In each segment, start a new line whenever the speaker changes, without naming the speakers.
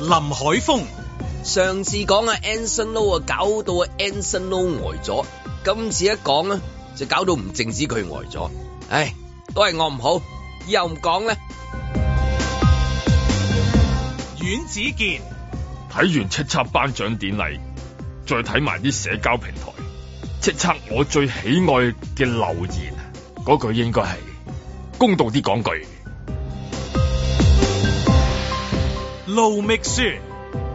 林海峰、
上次講啊 Anson Lo 啊，搞到啊 Anson Lo 呆咗，今次一講咧就搞到唔淨止佢呆咗，唉，都係我唔好，以後唔講咧。
阮子健、
睇完叱咤頒獎典禮，再睇埋啲社交平台，叱咤我最喜愛嘅留言，嗰句應該係公道啲講句。
盧覓雪、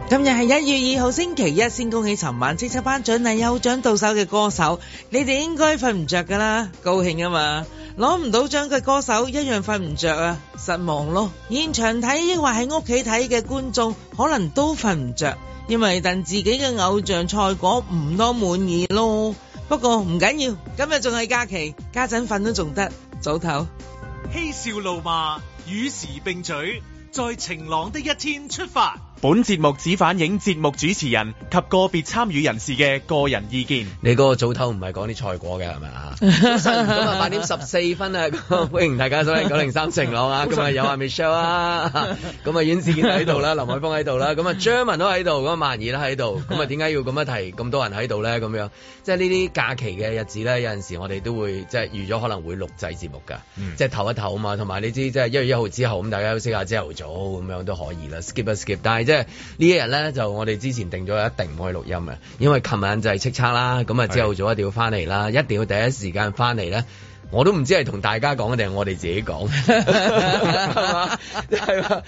今日係一月二號星期一，先恭喜尋晚叱咤頒獎禮有獎到手嘅歌手，你哋應該瞓唔着㗎啦，高興啊嘛！攞唔到獎嘅歌手一樣瞓唔着啊，失望咯！現場睇抑或喺屋企睇嘅觀眾，可能都瞓唔着，因為戥自己嘅偶像賽果唔多滿意咯。不過唔緊要，今日仲係假期，家陣瞓都仲得，早唞。
嬉笑怒罵，與時並舉，在晴朗的一天出發。
本節目只反映節目主持人及個別參與人士嘅個人意見。
你嗰個早唞唔係講啲菜果嘅係咪啊？晨咁啊，八點十四分啊，歡迎大家收聽九零三晴朗啊！咁啊有阿 Michelle 啊，咁啊阮志健喺度啦，林海峰喺度啦，咁啊張文都喺度，咁啊萬兒都喺度，咁啊點解要咁樣提咁多人喺度咧？咁樣即係呢啲假期嘅日子咧，有陣時我哋都會即係預咗可能會錄製節目㗎，即係唞一唞啊嘛，同埋你知即係一月一號之後咁，大家休息下朝頭早咁樣都可以啦，skip 一 skip，但係即係呢一日咧就我哋之前定咗一定唔可以錄音嘅，因為琴晚就係叱咤啦，咁啊朝頭早一定要翻嚟啦，一定要第一時間翻嚟咧。我都唔知係同大家講定係我哋自己講， 係嘛？係嘛？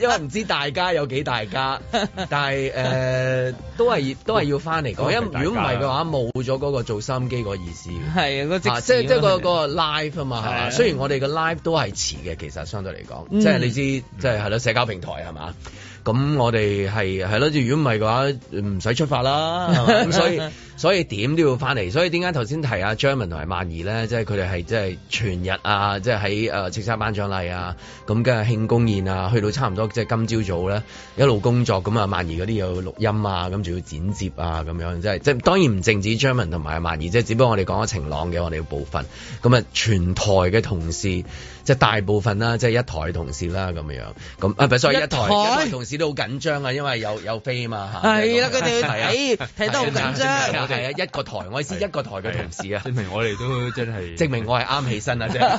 因為唔知大家有幾大家，但係誒、呃都係都係要翻嚟講，因為如果唔係嘅話，冇咗嗰個做收音機個意思嘅。
係啊，個即
啊即係即係個
個
個 live
係
啊嘛，係嘛？
啊
雖然我哋嘅 live 都係遲嘅，其實相對嚟講，
嗯
即係你知，即係係咯，社交平台係嘛？咁我哋係係咯，如果唔係嘅話，唔使出發啦。係嘛咁所以所以點都要翻嚟。所以點解頭先提阿張文同埋萬兒咧，即係佢哋係即係全日啊，即係喺誒叱咤頒獎禮啊，咁跟住慶功宴啊，去到差唔多即係今朝早咧，一路工作咁啊，萬兒嗰啲又錄音啊，咁仲要剪接啊，咁樣即係即係當然唔淨止張文同埋萬兒，即係只不過我哋講咗晴朗嘅我哋嘅部分，咁啊全台嘅同事即係大部分啦，即係一台嘅同事啦咁樣，咁啊唔係所以一台
一台
一台同事都好緊張啊，因為有有飛啊嘛嚇
係啦，佢哋
係啊
去睇睇得好緊張。
我哋啊一個台，我意思一個台嘅同事啊。
證明我哋都真係
證明我係啱起身啊！啫，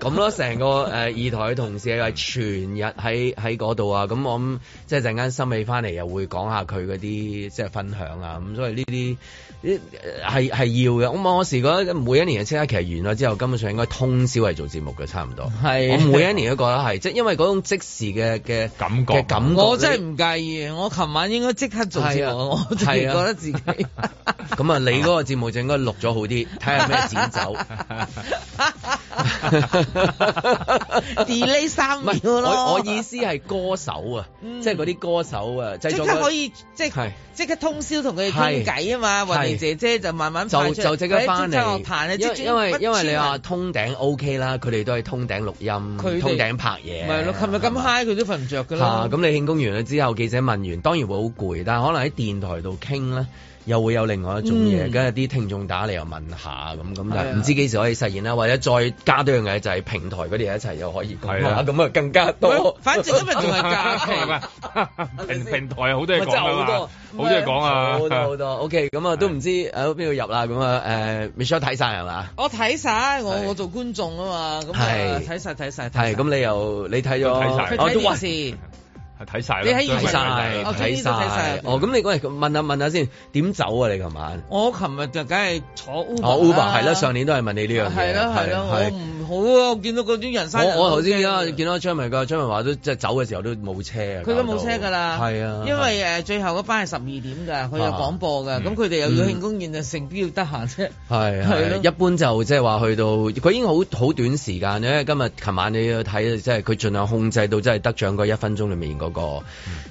咁咯，成個誒、呃二台嘅同事係全日喺喺嗰度啊，咁我諗即係陣間心理翻嚟又會講下佢嗰啲即係分享啊，咁所以呢啲呢係係要嘅。我我時覺得每一年嘅叱咤其實完咗之後，根本上應該通宵係做節目嘅，差唔多。
係
我每一年都覺得係，即係因為嗰種即時嘅嘅
感覺
嘅感覺，
啊我真係唔介意，我琴晚應該即刻做節目，
係啊
我真係
係啊
覺得自己
咁啊，你嗰個節目就應該錄咗好 啲，睇下咩剪走。
delay 三
唔
秒
係，
咯。
我我意思係歌手啊，
嗯
即係嗰啲歌手啊，製
即
作
刻可
嘅
以即
係
即刻通宵同佢哋傾偈啊嘛，
係
雲妮姐姐就慢慢
就
派出嚟
就即刻翻
喂即刻我
嚟
彈啊，，
因為
即
因為因為
啊
你話通頂 OK 啦，佢哋都係通頂錄音，
佢哋
通頂拍
唔
嘢，
係咯，琴日咁 high 佢都瞓唔着㗎
嚇
啦。
啊咁你慶功完咗之後，記者問完，當然會好攰，但係可能喺電台度傾咧，又會有另外一種嘢，
嗯
跟住啲聽眾打嚟又問下咁咁，
係啊
但係唔知幾時可以實現啦，或者再加多樣嘢就係平台嗰啲嘢一齊又可以講
係
啦，
啊
咁啊更加
喂
多。
反正今日仲係假期
唔係平 平台好多嘢
咪真係
講
好
啊
多
嘛，好多嘢講啊，
好多好多。OK，咁啊都唔知喺邊度入啦。咁啊誒，Michelle 睇晒係嘛？
我睇晒，我
係
我做觀眾啊嘛，咁啊
係
睇晒睇晒睇晒
係，咁你又你睇咗？
我睇晒
佢
哦
睇
都
電
話
視，
係睇晒啦，
你喺
張
現
睇
文
晒
場
睇
我
晒
終於
睇
都睇
晒
晒。
哦，咁你喂問下問下先，點走啊？你琴晚？
我琴日就梗係坐 Uber
哦，Uber 係啦，
啦，
上年都係問你呢樣嘢。
係咯係咯，我
係
唔好啊！我見到嗰種人山人海
我我頭先見
好
到
驚啊
見到張文個張文華都即係走嘅時候都冇車啊，
佢都冇
搞到
車㗎啦，
係啊，
因為誒最後嗰班係十二點㗎，佢有廣播㗎，
啊
咁
嗯
佢哋又要慶功宴啊，成必要得閒啫。
係
係
係
咯
一般就即係話去到佢已經好好短時間咧。今日琴晚你要睇，即係佢盡量控制到即係得獎嗰一分鐘裏面嗰、個，呢、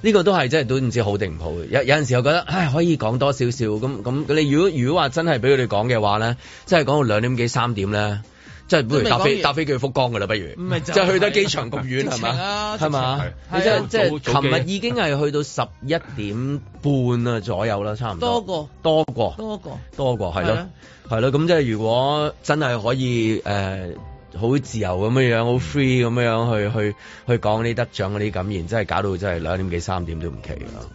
嗯
個都係即係都唔知好定唔好。有有陣時候覺得唉可以講多少少咁咁。你如果如果話真係俾佢哋講嘅話咧，即係講到兩點幾三點咧。即係不如搭
都未講
飛
完
搭飛機去福岡㗎啦，不如，
唔係就
即係去得
係
機場咁遠係
直情
嘛，
啊
係嘛
情係
直，
你真
係啊
係即係
早早
琴
幾
日已經係去到十一點半啊左右啦，差唔
多
多
個
多過
多個
哦多過係
係
咯
啊，
係咯，咁即係如果真係可以誒、呃好自由咁樣樣，好 free 咁樣樣去去去講呢啲得獎嗰啲咁，然真係搞到真係兩點幾三點都唔奇啊啦。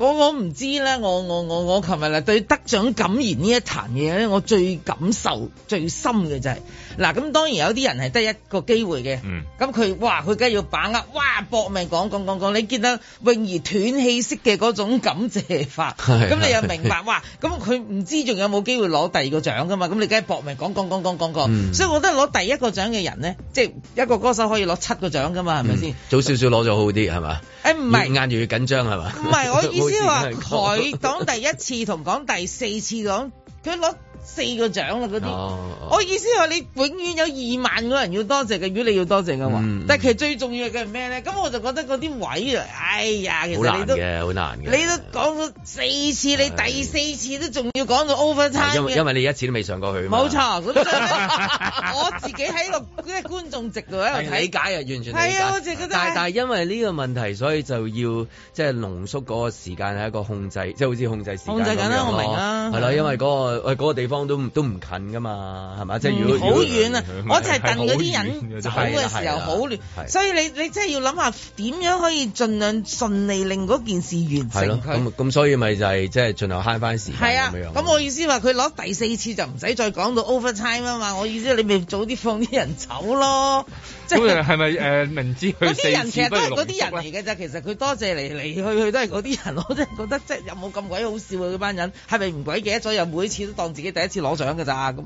我我唔知啦，我我我我琴日嚟對得獎感言呢一壇嘢咧，我最感受最深嘅就係、嗱，咁當然有啲人係得一個機會嘅，
嗯
咁佢、哇佢梗係要把握，哇搏命講講講講，你見到泳兒斷氣式嘅嗰種感謝法，
係
咁你又明白哇，咁佢唔知仲有冇機會攞第二個獎噶嘛，咁你梗係搏命講講講講講講，
嗯
所以我覺得攞第一個獎嘅人咧，即係一個歌手可以攞七個獎噶嘛，係咪先？誒
嗯早少少攞咗好啲係嘛？
唔係
越。眼越緊張係嘛？
唔 係，我意思話
冇時
佢
間講
講第一次同講第四次講，佢攞四個獎啦嗰啲。
哦哦
我意思話你永遠有二萬個人要多謝嘅，如果你要多謝嘅話，
嗯嗯
但係其實最重要嘅係咩咧？咁我就覺得嗰啲位啊，哎呀，其
好
實你
難
都
嘅，好難嘅。
你都講到四次，你第四次都仲要講到 over
啊因
time
為因
嘅。
為你一次都未上過去啊嘛。
冇錯，咁所以 咧，我自己喺個即係觀眾席度喺度
係理
睇
解啊，完全理解。
係啊我就覺得
但
係
但係因為呢個問題，所以就要即係濃縮嗰個時間係一個控制，即係好似控制時間
控制緊啦
咁樣咯
我明啊
係啦，因為嗰個喂嗰個地方都唔都唔近噶嘛，係嘛？即係如果
好
如果嗯
遠啊！我就係戥嗰啲
係
人
好遠嘅
走嘅時候好亂
係，係
所以你你真係要諗下點樣可以盡量順利令嗰件事完
係咯，
成佢。
咁咁所以咪就係即係盡量慳翻時間
係啊，
咁樣。
咁我意思話佢攞第四次就唔使再講到 overtime 啊嘛，我意思你咪早啲放啲人走咯，即
咁
係
係咪誒明知
嗰
佢
啲人其
四次
實
不
都
如
係嗰啲
濃縮
人嚟嘅咋，其實佢多謝嚟嚟去去都係嗰啲人，我真係覺得即係有冇咁鬼好笑啊！嗰班人係咪唔鬼記得咗？又每次都當自己第一次攞獎㗎咋咁樣，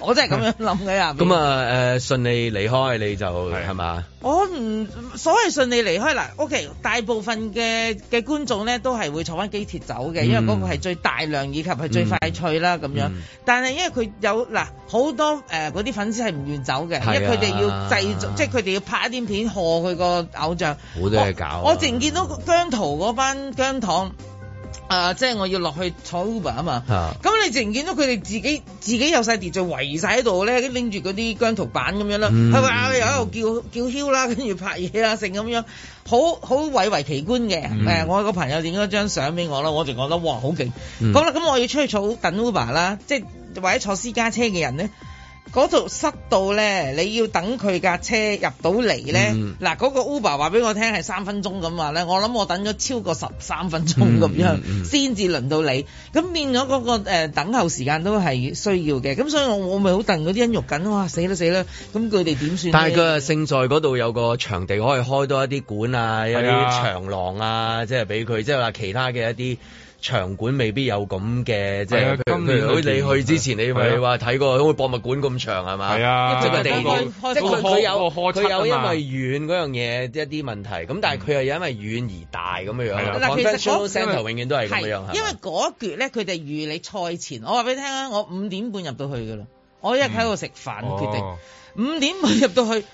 我真係咁樣諗嘅啊。
咁啊誒順利離開你就係嘛？
我唔所謂順利離開啦，OK，大部分嘅嘅觀眾咧都係會坐翻機鐵走嘅，因為
嗯
嗰個係最大量以及係最快脆啦咁樣
嗯。
但係因為佢有嗱好多誒嗰啲粉絲係唔願走
係啊
嘅，因為佢哋要製造，即係佢哋要拍一啲片賀佢個偶像。
好多嘢搞啊
我我淨見到姜濤嗰班姜糖。啊！即係我要落去坐 Uber 啊嘛，
啊
咁你淨見到佢哋自己自己有晒秩序圍晒喺度咧，拎住嗰啲姜濤板咁樣啦，
嗯
係咪啊？又喺度叫叫囂啦，跟住拍嘢啦，成咁樣，好好蔚為奇觀嘅。誒、
嗯
我有個朋友影咗張相俾我啦，我就覺得哇，好勁！
嗯
咁啦、咁我要出去坐等 Uber 啦，即係或者坐私家車嘅人咧。嗰度塞到咧，你要等佢架車入到嚟咧。嗱、
嗯
嗰個 Uber 話俾我聽係三分鐘咁話咧，我諗我等咗超過十三分鐘咁樣
嗯嗯嗯
先至輪到你。咁變咗嗰、個、呃、等候時間都係需要嘅。咁所以我我咪好戥嗰啲人肉緊，哇死啦死啦！咁佢哋點算呢？
但係佢係勝在嗰度有個場地可以開多一啲館啊，有啲長廊啊，即係俾佢，即係話其他嘅一啲。場館未必有咁嘅，即
係
係
啊
譬如
今
譬
年
如好似
裏邊
你去之前，你
係
咪
啊
話睇過好似博物館咁長係嘛？
係啊
即係個地
嗰個
方，
開
即係佢佢有
嗰個開
佢有
七啊
因
嘛
為遠嗰樣嘢一啲問題，咁但係佢又因為遠而大咁樣
係
樣。
啊
嗱其實嗰
Conventional centre 永遠都係咁樣，係嘛
因為嗰一橛咧，佢哋預你賽前，我話俾你聽啊，我五點半入到去㗎啦，我一日喺度食飯決定。
哦
五點半入到去，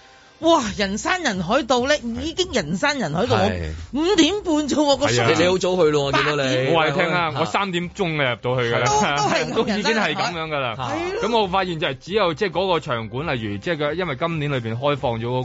哇！人山人海到咧，已經人山人海到我
係
五點半做我個
係啊
show
你你好早去咯，我見 到
八
你。啊
點
我話你聽
啊
啦，
嚇
我三點鐘嘅入到去㗎啦，
都 都係
啊
咁
已經係咁樣㗎啦。
嚇
係咯
咁我發現就係只有即係嗰個場館，例如即係佢，因為今年裏邊開放咗嗰、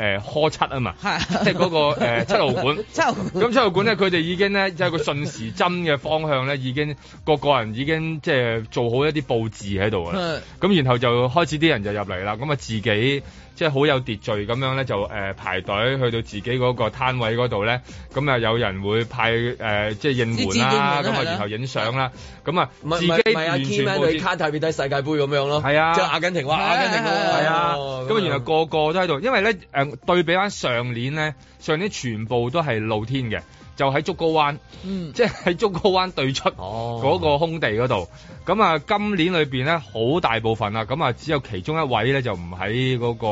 個誒科七啊嘛，
係
即係嗰、個、 呃、七號館。
之後
咁七號館咧，佢哋已經咧，即係個順時針嘅方向咧，已經個個人已經即係做好一啲佈置喺度㗎啦。咁然後就開始啲人就入嚟啦，咁啊自己即係好有秩序咁樣咧，就誒、呃排隊去到自己嗰個攤位嗰度咧，咁啊有人會派誒、呃即係應
自自
援
應援
啦
啦，
咁
係啦
啊然後影相啦，咁啊
唔係
自
唔
己
係唔係阿
完
Kim
全
喺
佈
對
置。
卡塔爾底世界盃咁樣咯，
係啊
即係阿根廷哇，
係啊
阿根廷喎，
係
係啊，
哦
咁啊，然後個個都喺度，因為咧誒、呃、對比翻上年咧，上年全部都係露天嘅，就喺竹篙灣，
嗯，
即係喺竹篙灣對出
哦
嗰個空地嗰度。咁啊，今年裏邊咧好大部分啦，咁啊只有其中一位咧就唔喺嗰個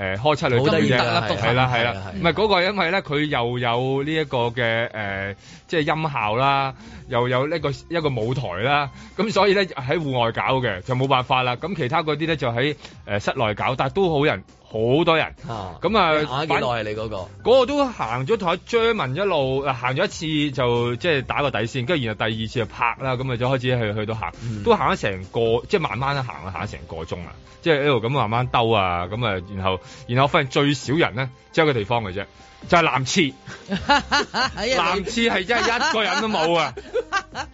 誒開七裏
好
邊
得意
啫。
啊
獨立獨
係啦係
係啊
啦，唔係嗰個，因為咧佢又有呢一個嘅誒，即係音效啦，又有呢個一個舞台啦，咁所以咧喺戶外搞嘅就冇辦法啦。咁其他嗰啲咧就喺誒室內搞，但係都好人好多人。
啊
咁啊
行咗幾
反
耐啊你嗰個？
嗰個都行咗台張文一路啊行咗一次就即係打個底線，跟住然後第二次就拍啦，咁啊就開始去去到行，
嗯
都行咗成個即係慢慢行啦，行咗成個鐘啦，即係一路咁慢慢兜啊，咁啊然後然後我發現最少人咧，只有一個地方嘅啫，就係、男廁，
啊
男廁係真係一個人都 冇啊！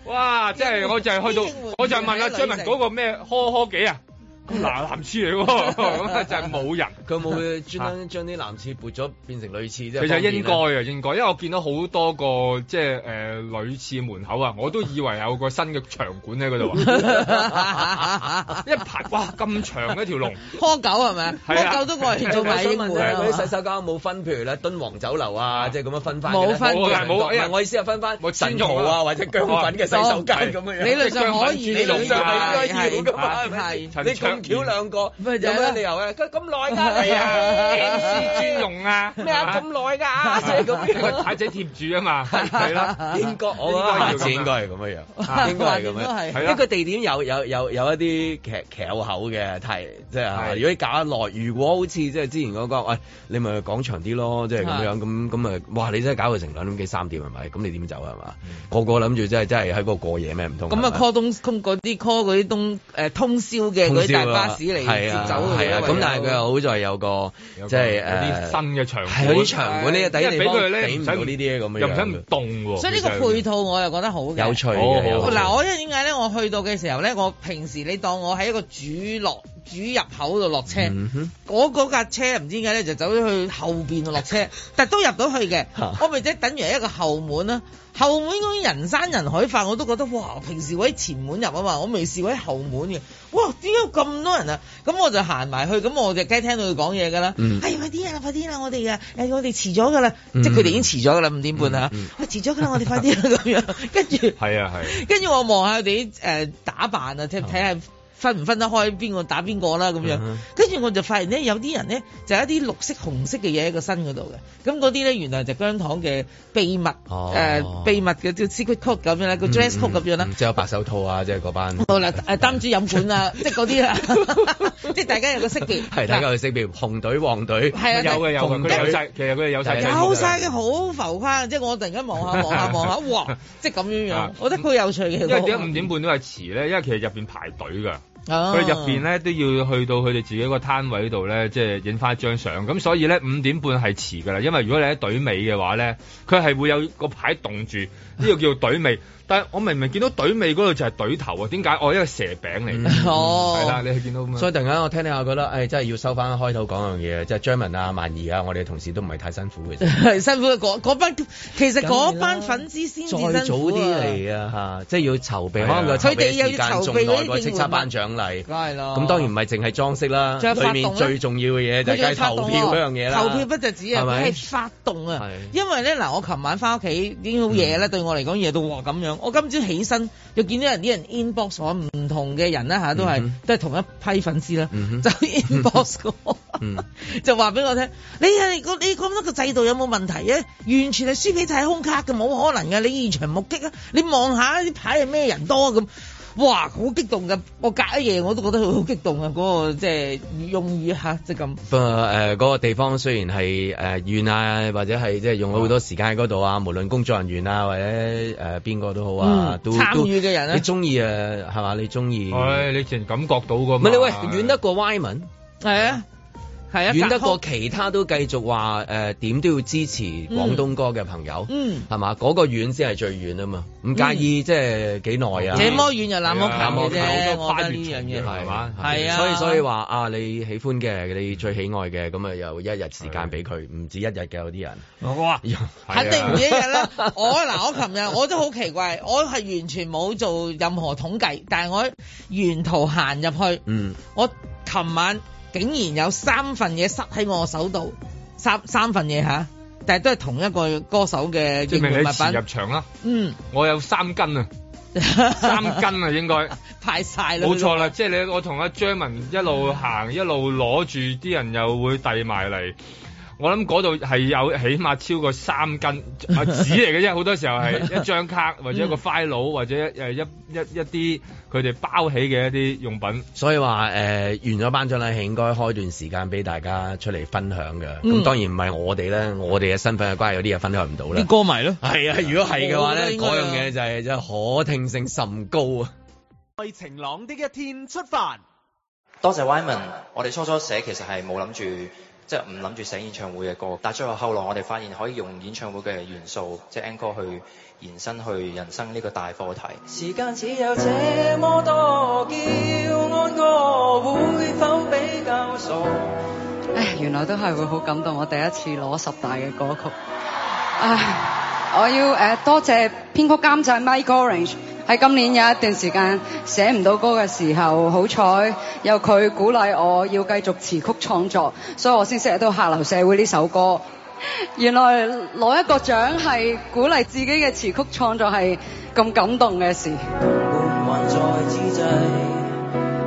哇，即係我就係去到，我就問阿張文嗰個咩呵呵幾啊？咁嗱男廁嚟喎，咁啊就係冇人。
佢冇專登將啲男廁撥咗變成女廁啫。
其實
方便
應該
啊
啊，應該，因為我見到好多個即係誒、呃女廁門口啊，我都以為有個新嘅場館喺嗰度 啊，一排哇咁長一條 龍，
拖狗係咪？拖
係啊
狗都過嚟做
我
埋
想
英
問
會
咧，嗰啲洗
啊！
手間有冇分，譬如咧敦煌酒樓啊，即係咁樣分翻
冇分
冇嘅冇
唔
哎呀
係我意思係分翻
我
神
尊
豪
重啊
啊，或者姜粉嘅洗手間咁樣樣。
理論上可以，
理論上係應該要噶嘛，係咪？
係
你
陳卓
咁巧兩個，
咪就
有
係
咩
啦
理由咧？佢咁耐㗎 你
師尊
啊！
用啊，
咩啊？咁耐 㗎，即係咁
個
樣。
牌仔貼住 啊嘛，係啦，
英國我覺得下次應該係咁樣樣，應該係咁
係
啊係
樣。
啦
一個地點有有有有一啲騎騎口嘅題，即係
係
如果你搞得耐，如果好似即係之前嗰個，喂，你咪講長啲咯，即係咁樣咁咁咪，哇！你真係搞到成兩點幾三點係咪？咁你點走啊係
嗯
嘛？個個諗住真係真係喺嗰度過夜咩？唔通
咁
係
啊
咪
call 東通嗰啲 call 嗰啲東誒通宵嘅嗰啲大巴士嚟
啊係
接
啊
走佢
係啊，
因為
咁但係佢又好在有個
有個
即係誒
有啲新嘅場館
係有啲場館呢，第
啊因
一
為
地
俾
方
佢咧
俾
唔
唔
使
到呢啲嘢咁樣
又唔使唔凍喎，
所以呢個配套我又覺得好嘅。
有趣
哦
嘅。有趣
嗱，我因為點解咧？我去到嘅時候咧，我平時你當我喺一個主落主入口度落車，
嗯哼
我嗰架車唔知點解咧就走咗去後邊落 車，但都入到去嘅
嚇。
我咪即係等於一個後門啦。後門嗰啲人山人海法，我都覺得哇！平時我喺前門入啊嘛，我未試過喺後門嘅。哇！點解咁多人啊？咁我就行埋去，咁我就梗係聽到佢講嘢㗎啦。
嗯
哎，快啲啊！快啲啦！我哋啊，誒，我哋遲咗㗎啦，
嗯
即係佢哋已經遲咗㗎啦，五點半啊
嗯嗯。
喂，遲咗㗎啦，我哋快啲啊啦咁樣，跟住。
係啊係，
跟住我望下佢哋啲誒打扮啊，睇睇下分唔分得開邊個打邊個啦咁樣
嗯嗯哼。
跟住我就發現咧，有啲人咧就有一啲綠色、紅色嘅嘢喺個身嗰度嘅。咁嗰啲咧原來就姜糖嘅秘密誒、
哦
秘密嘅叫 secret code 咁樣啦，個 dress code 咁樣啦嗯
嗯。即係有白手套啊，即係嗰班。
好啦，誒擔住飲管 啊， 即係嗰啲啦，即係大家有個識別。
係大家去識，譬如紅隊、黃隊，
係啊
有嘅有嘅，
同
佢哋有晒，其實佢哋有晒制服㗎，
啊
有晒嘅好浮誇，即係我突然間望下 望下望下，哇！即係咁樣樣
啊，
我覺得佢有趣嘅。
因為點解五點半都係遲咧？因為其實入邊排隊㗎。
啊
佢哋入邊咧都要去到佢哋自己個攤位度咧，即係影翻一張相。咁所以咧五點半係遲㗎啦，因為如果你喺隊尾嘅話咧，佢係會有個牌凍住，呢、個叫隊尾。但係我明明見到隊尾嗰度就係隊頭啊，點解？我一個蛇餅
嗯
嚟嘅，
哦，
係啦、你係見到咁
所以
樣。
突然間我聽聽下覺得，誒真係要收翻開頭講樣嘢，即係張文啊、萬兒啊，我哋嘅同事都唔係太辛苦嘅啫。
係 辛苦嘅嗰嗰班，其實
梗係
嗰
啦
班粉絲先至辛苦啊
再早啲嚟啊嚇，即係要籌備，可能個籌
佢哋
備
又要
時間
籌備
仲耐
嗰啲
過
應援
叱咤頒獎禮。
梗係啦。
咁當然唔係淨係裝飾啦，
哦仲有發動
裏
啦
面最重要嘅嘢就
佢仲要
係
發
投
動
票
喎
嗰樣嘢啦。
投票不就止啊，
係咪
佢係發動啊
係。嗯
因為咧嗱，我琴晚翻屋企已經好夜啦，對我嚟講夜到哇咁樣。我今朝起身又見到人啲人 inbox 我唔同嘅人啦嚇，都係
嗯
都係同一批粉絲啦
嗯哼，
就 inbox 我
嗯，
就話俾我聽，你係個你覺得個制度有冇問題啊？完全係輸俾太空卡嘅，冇可能嘅。你現場目擊啊，你望下啲牌係咩人多咁。哇！好激動㗎，我隔一夜我都覺得佢好激動啊！嗰、個即係用語嚇，即係咁。
不過誒嗰個地方雖然係誒遠啊，或者係即係用咗好多時間喺嗰度啊，無論工作人員啊或者誒邊個都好啊
嗯，
都
參與嘅人啊
都你中意誒係嘛？你中意
唉、
唔
你淨感覺到㗎
係
嘛？
你喂遠得過 Y 文，
係啊，係啊，
遠
隔
得過
空
其他都繼續話誒點都要支持廣東歌嘅朋友，
嗯，
係嘛？嗰個遠先係最遠啊嘛，唔介意即係幾耐啊？
這麼遠又那麼
係啊
近嘅
那麼
啫，
近
我覺得呢樣嘢
好多跨越重嘅
係
係嘛
係啊嗯
所以所以話啊，你喜歡嘅，你最喜愛嘅，咁啊有一日時間俾佢，唔止一日嘅有啲人。
哇，係啊
啊肯定唔止一日啦！ 我嗱，我琴日我都好奇怪，我係完全冇做任何統計，但係我沿途行入去，
嗯，
我琴晚竟然有三份嘢塞喺我手度，三三份嘢吓，但係都係同一個歌手嘅
證
應
明
援
你
物
遲入
品，
場啦。
嗯，
我有三斤啊，三斤啊應該。
派晒啦，
冇錯啦，即係你我同阿張文一路行一路攞住啲人又會遞埋嚟。我諗嗰度係有 起碼超過三斤 啊紙嚟嘅啫，好多時候係一張卡或者一個 file 或者誒一一一啲佢哋包起嘅一啲用品。
所以話誒、呃完咗頒獎禮係應該開段時間俾大家出嚟分享嘅。咁、
嗯
當然唔係我哋咧，我哋嘅身份嘅關係，有啲嘢分享唔到啦。
歌迷咯。
係啊，如果係嘅話
我覺得
咧，
應該
嗰
啊
樣嘢就係真係可聽性甚高啊！
在晴朗的一天出發。
多謝 Wyman，我哋初初寫其實係冇諗住
即係唔諗住寫演唱會嘅歌。但係最後後來我哋發現可以用演唱會嘅元素，即係 encore 去延伸去人生呢個大課題。時間只有這麼多，叫安歌會否比較傻？
唉，原來都係會好感動。我第一次攞十大嘅歌曲，唉，我要誒、呃多謝編曲監製 Mike Orange。喺今年有一段時間寫唔到歌嘅時候，好彩有佢鼓勵我要繼續詞曲創作，所以我先寫到《下流社會》呢首歌。原來攞一個獎係鼓勵自己嘅詞曲創作係咁感動嘅事。
緩緩在之際，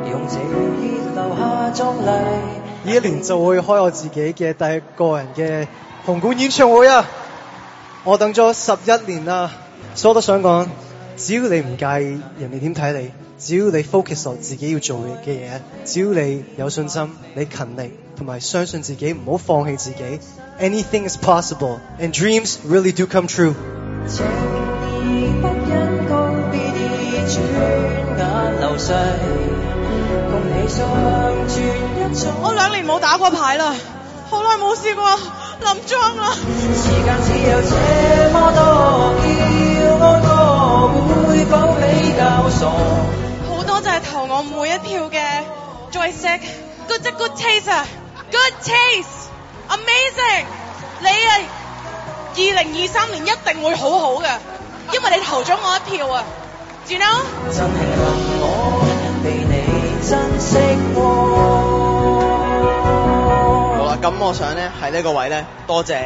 用這熱留下壯麗。
呢一年就會開我自己嘅第一個人嘅紅館演唱會啊！我等咗十一年啦，所以我都想講，只要你唔介意人哋點睇你，只要你 focus on 自己要做嘅嘢，只要你有信心，你勤力同埋相信自己，唔好放棄自己。Anything is possible and dreams really do come true。
情義不因告別而轉眼流逝，共你相傳一場。
我兩年冇打過牌啦，好耐冇試過冧莊啦。
時間只有這麼多，叫安歌會否比較傻？
好多就係投我每一票嘅 joystick。Good 即 good taste 啊，good taste，amazing！你啊，二零二三年一定會好好嘅，因為你投咗我一票啊。Do you know？
真慶幸我哦被你珍惜過。
好啦，啊咁我想咧喺呢個位咧，多謝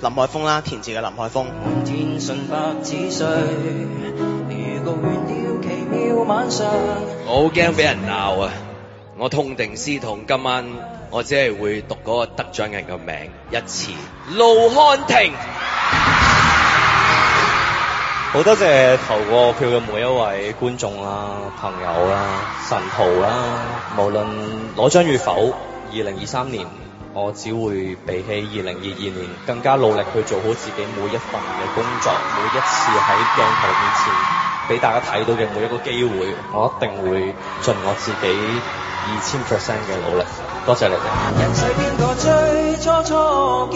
林海峰啦，填詞嘅林海峰。
滿天純白紙碎，如告遠了奇妙晚上。
我好驚俾人鬧啊！我痛定思痛，今晚我只係會讀嗰個得獎人嘅名一次。盧漢庭，
好多謝投過票嘅每一位觀眾啦、朋友啦、神徒啦，無論攞獎與否，二零二三年我只會比起二零二二年更加努力去做好自己每一份嘅工作，每一次喺鏡頭面前俾大家睇到嘅每一個機會，我一定會盡我自己二千 percent 嘅努力。多謝你哋。
人世邊個最初初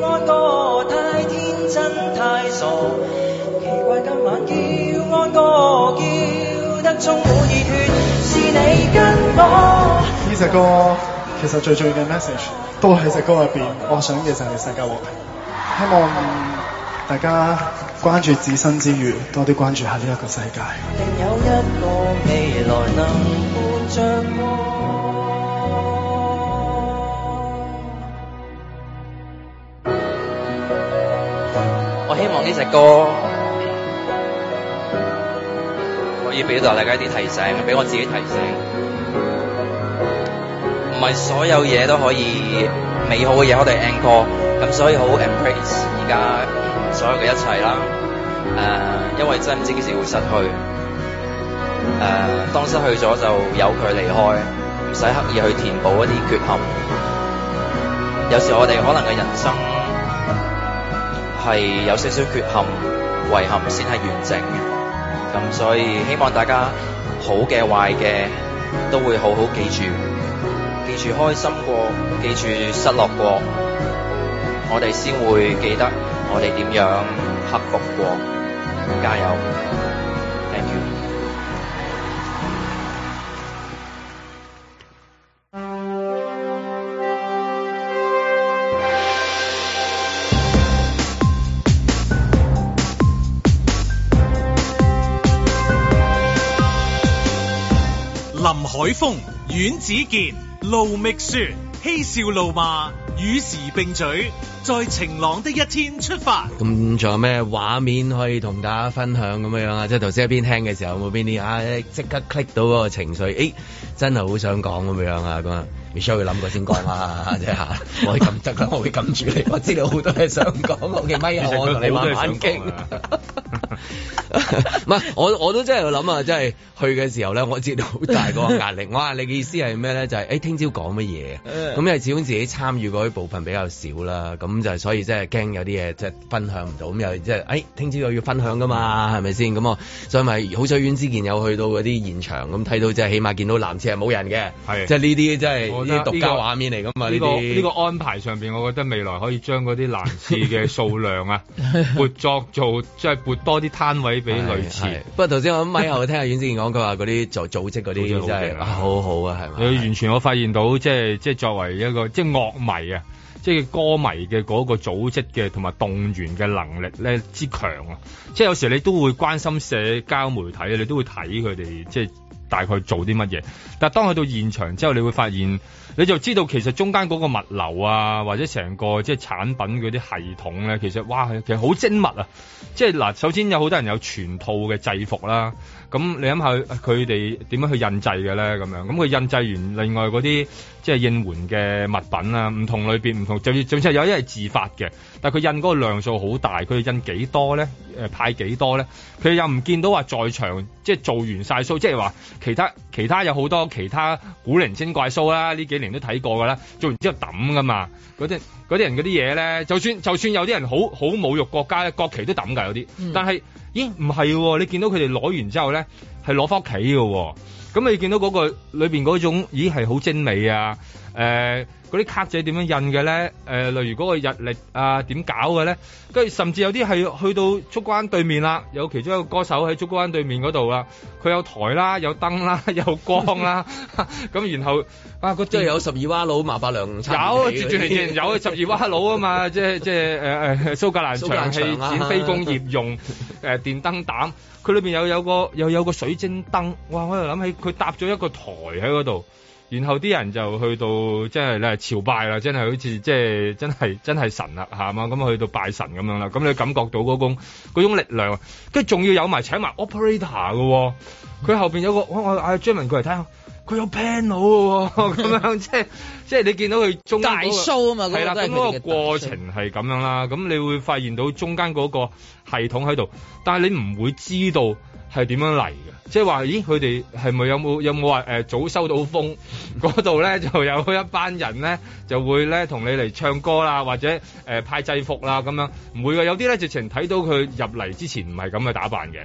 叫安歌？太天真太傻，奇怪今晚叫安歌叫得充滿熱血，是你跟我。
呢隻歌其實最重要嘅 message 都喺隻歌入邊，我想嘅就係世界和平。希望大家關注自身之餘，多啲關注下呢一個世界。
定有一個未來能 伴着我。
我希望呢隻歌
可以俾到大家一啲提醒，俾我自己提醒，唔係所有嘢都可以美好嘅嘢，我哋 encore，咁所以好 embrace 而家所有嘅一切啦。誒、因為真係唔知幾時會失去。誒、當失去咗就由佢離開，唔使刻意去填補一啲缺陷。有時我哋可能嘅人生係有少少缺陷、遺憾先係完整嘅。咁所以希望大家好嘅、壞嘅都會好好記住，記住開心過，記住失落過，我哋先會記得我哋點樣克服過。加油！Thank you。
林海峰、阮子健、路覓雪，嬉笑怒罵，與時並舉，在晴朗的一天出發。
咁仲有咩畫面可以同大家分享咁樣樣啊？即係頭先一邊聽嘅時候，有冇邊啲啊？即刻 click 到嗰個情緒，誒，真係好想講咁樣樣啊！咁啊，Michelle 要諗過先講啊，即係嚇，我會撳得啦，我會撳住你，我知道好多嘢想講，OK，咪我同你慢慢傾。
唔係，我我都真係諗啊，真係去嘅時候咧，我知道好大個壓力。我壓力嘅意思係咩咧？就係誒聽朝講乜嘢？
嗯
咁因為始終自己參與嗰啲部分比較少啦，咁就所以真係驚有啲嘢即係分享唔到，咁又即係誒聽朝又要分享噶嘛，係咪先？咁我所以咪好彩遠之健有去到嗰啲現場，咁睇到即係起碼見到男廁係冇人嘅，
係
即係呢啲真係
我覺
呢
得
啲獨
呢
家
個
畫面嚟噶嘛，呢
呢個
啲
呢個安排上邊，我覺得未來可以將嗰啲男士嘅數量 啊，撥作做即係撥多啲攤位俾女
係係
士。
不過頭先我咪後聽阿阮之健講，佢話嗰啲組組織嗰
組織
啲
好
真係啊
勁啊
好好啊，係咪？
你完全我發現到，即係即係作為一個即係樂迷啊，即係歌迷嘅嗰個組織嘅同埋動員嘅能力咧之強啊！即係有時你都會關心社交媒體，你都會睇佢哋即係大概做啲乜嘢。但係當去到現場之後，你會發現你就知道其實中間嗰個物流啊，或者成個即係產品嗰啲系統咧，其實哇，其實好精密啊！即係嗱，首先有好多人有全套嘅制服啦，咁你諗下佢哋點樣去印製嘅咧？咁樣咁佢印製完另外嗰啲即係應援嘅物品啊，唔同類別唔同，就算就算有啲係自發嘅，但係佢印嗰個量數好大，佢印幾多咧？誒派幾多咧？佢又唔見到話在場即係做完晒 show，即係話其他其他有好多其他古靈精怪 show 啦，呢幾年都睇過㗎啦，做完之後抌㗎嘛，嗰啲嗰啲人嗰啲嘢咧，就算就算有啲人好好侮辱國家咧，國旗都抌㗎有啲，但係咦唔係喎，你見到佢哋攞完之後咧係攞翻屋企㗎喎。咁你見到嗰、個裏邊嗰種，咦係好精美啊！誒嗰啲卡仔點樣印嘅咧？誒、例如嗰個日曆啊點搞嘅咧？跟住甚至有啲係去到竹灣對面啦，有其中一個歌手喺竹灣對面嗰度啦，佢有台啦，有燈啦，有光啦，咁然後啊個
即係有十二蛙佬、麻伯良撐
有
起嗰
絕
啲
絕嚟見，有十二蛙佬 啊嘛，即係即係誒誒蘇格蘭
蘇格蘭
長氣
長啊
展非工 業用誒、呃、電燈膽，佢裏邊有有個又有個水晶燈，哇！我又諗起佢搭咗一個台喺嗰度。然後啲人就去到即係你係朝拜啦，真係好似即係真係真係神啦嚇嘛，咁去到拜神咁樣啦，咁你感覺到嗰種嗰種力量，跟住仲要有埋請埋 operator 嘅喎、佢後邊有個我我嗌張文佢嚟睇下，佢有 panel 嘅喎，咁樣即係即係你見到佢中間嗰個
大 show 啊嘛嗰個
係啦，
都係佢哋
咁嗰
嘅
個
大 show
過程。係咁樣啦，咁你會發現到中間嗰個系統喺度，但係你唔會知道係點樣嚟嘅，即係話咦佢哋係咪有冇有冇話誒早收到風嗰度咧就有一班人咧就會咧同你嚟唱歌啦，或者誒、呃派制服啦咁樣，唔會嘅，有啲咧直情睇到佢入嚟之前唔係咁嘅打扮嘅。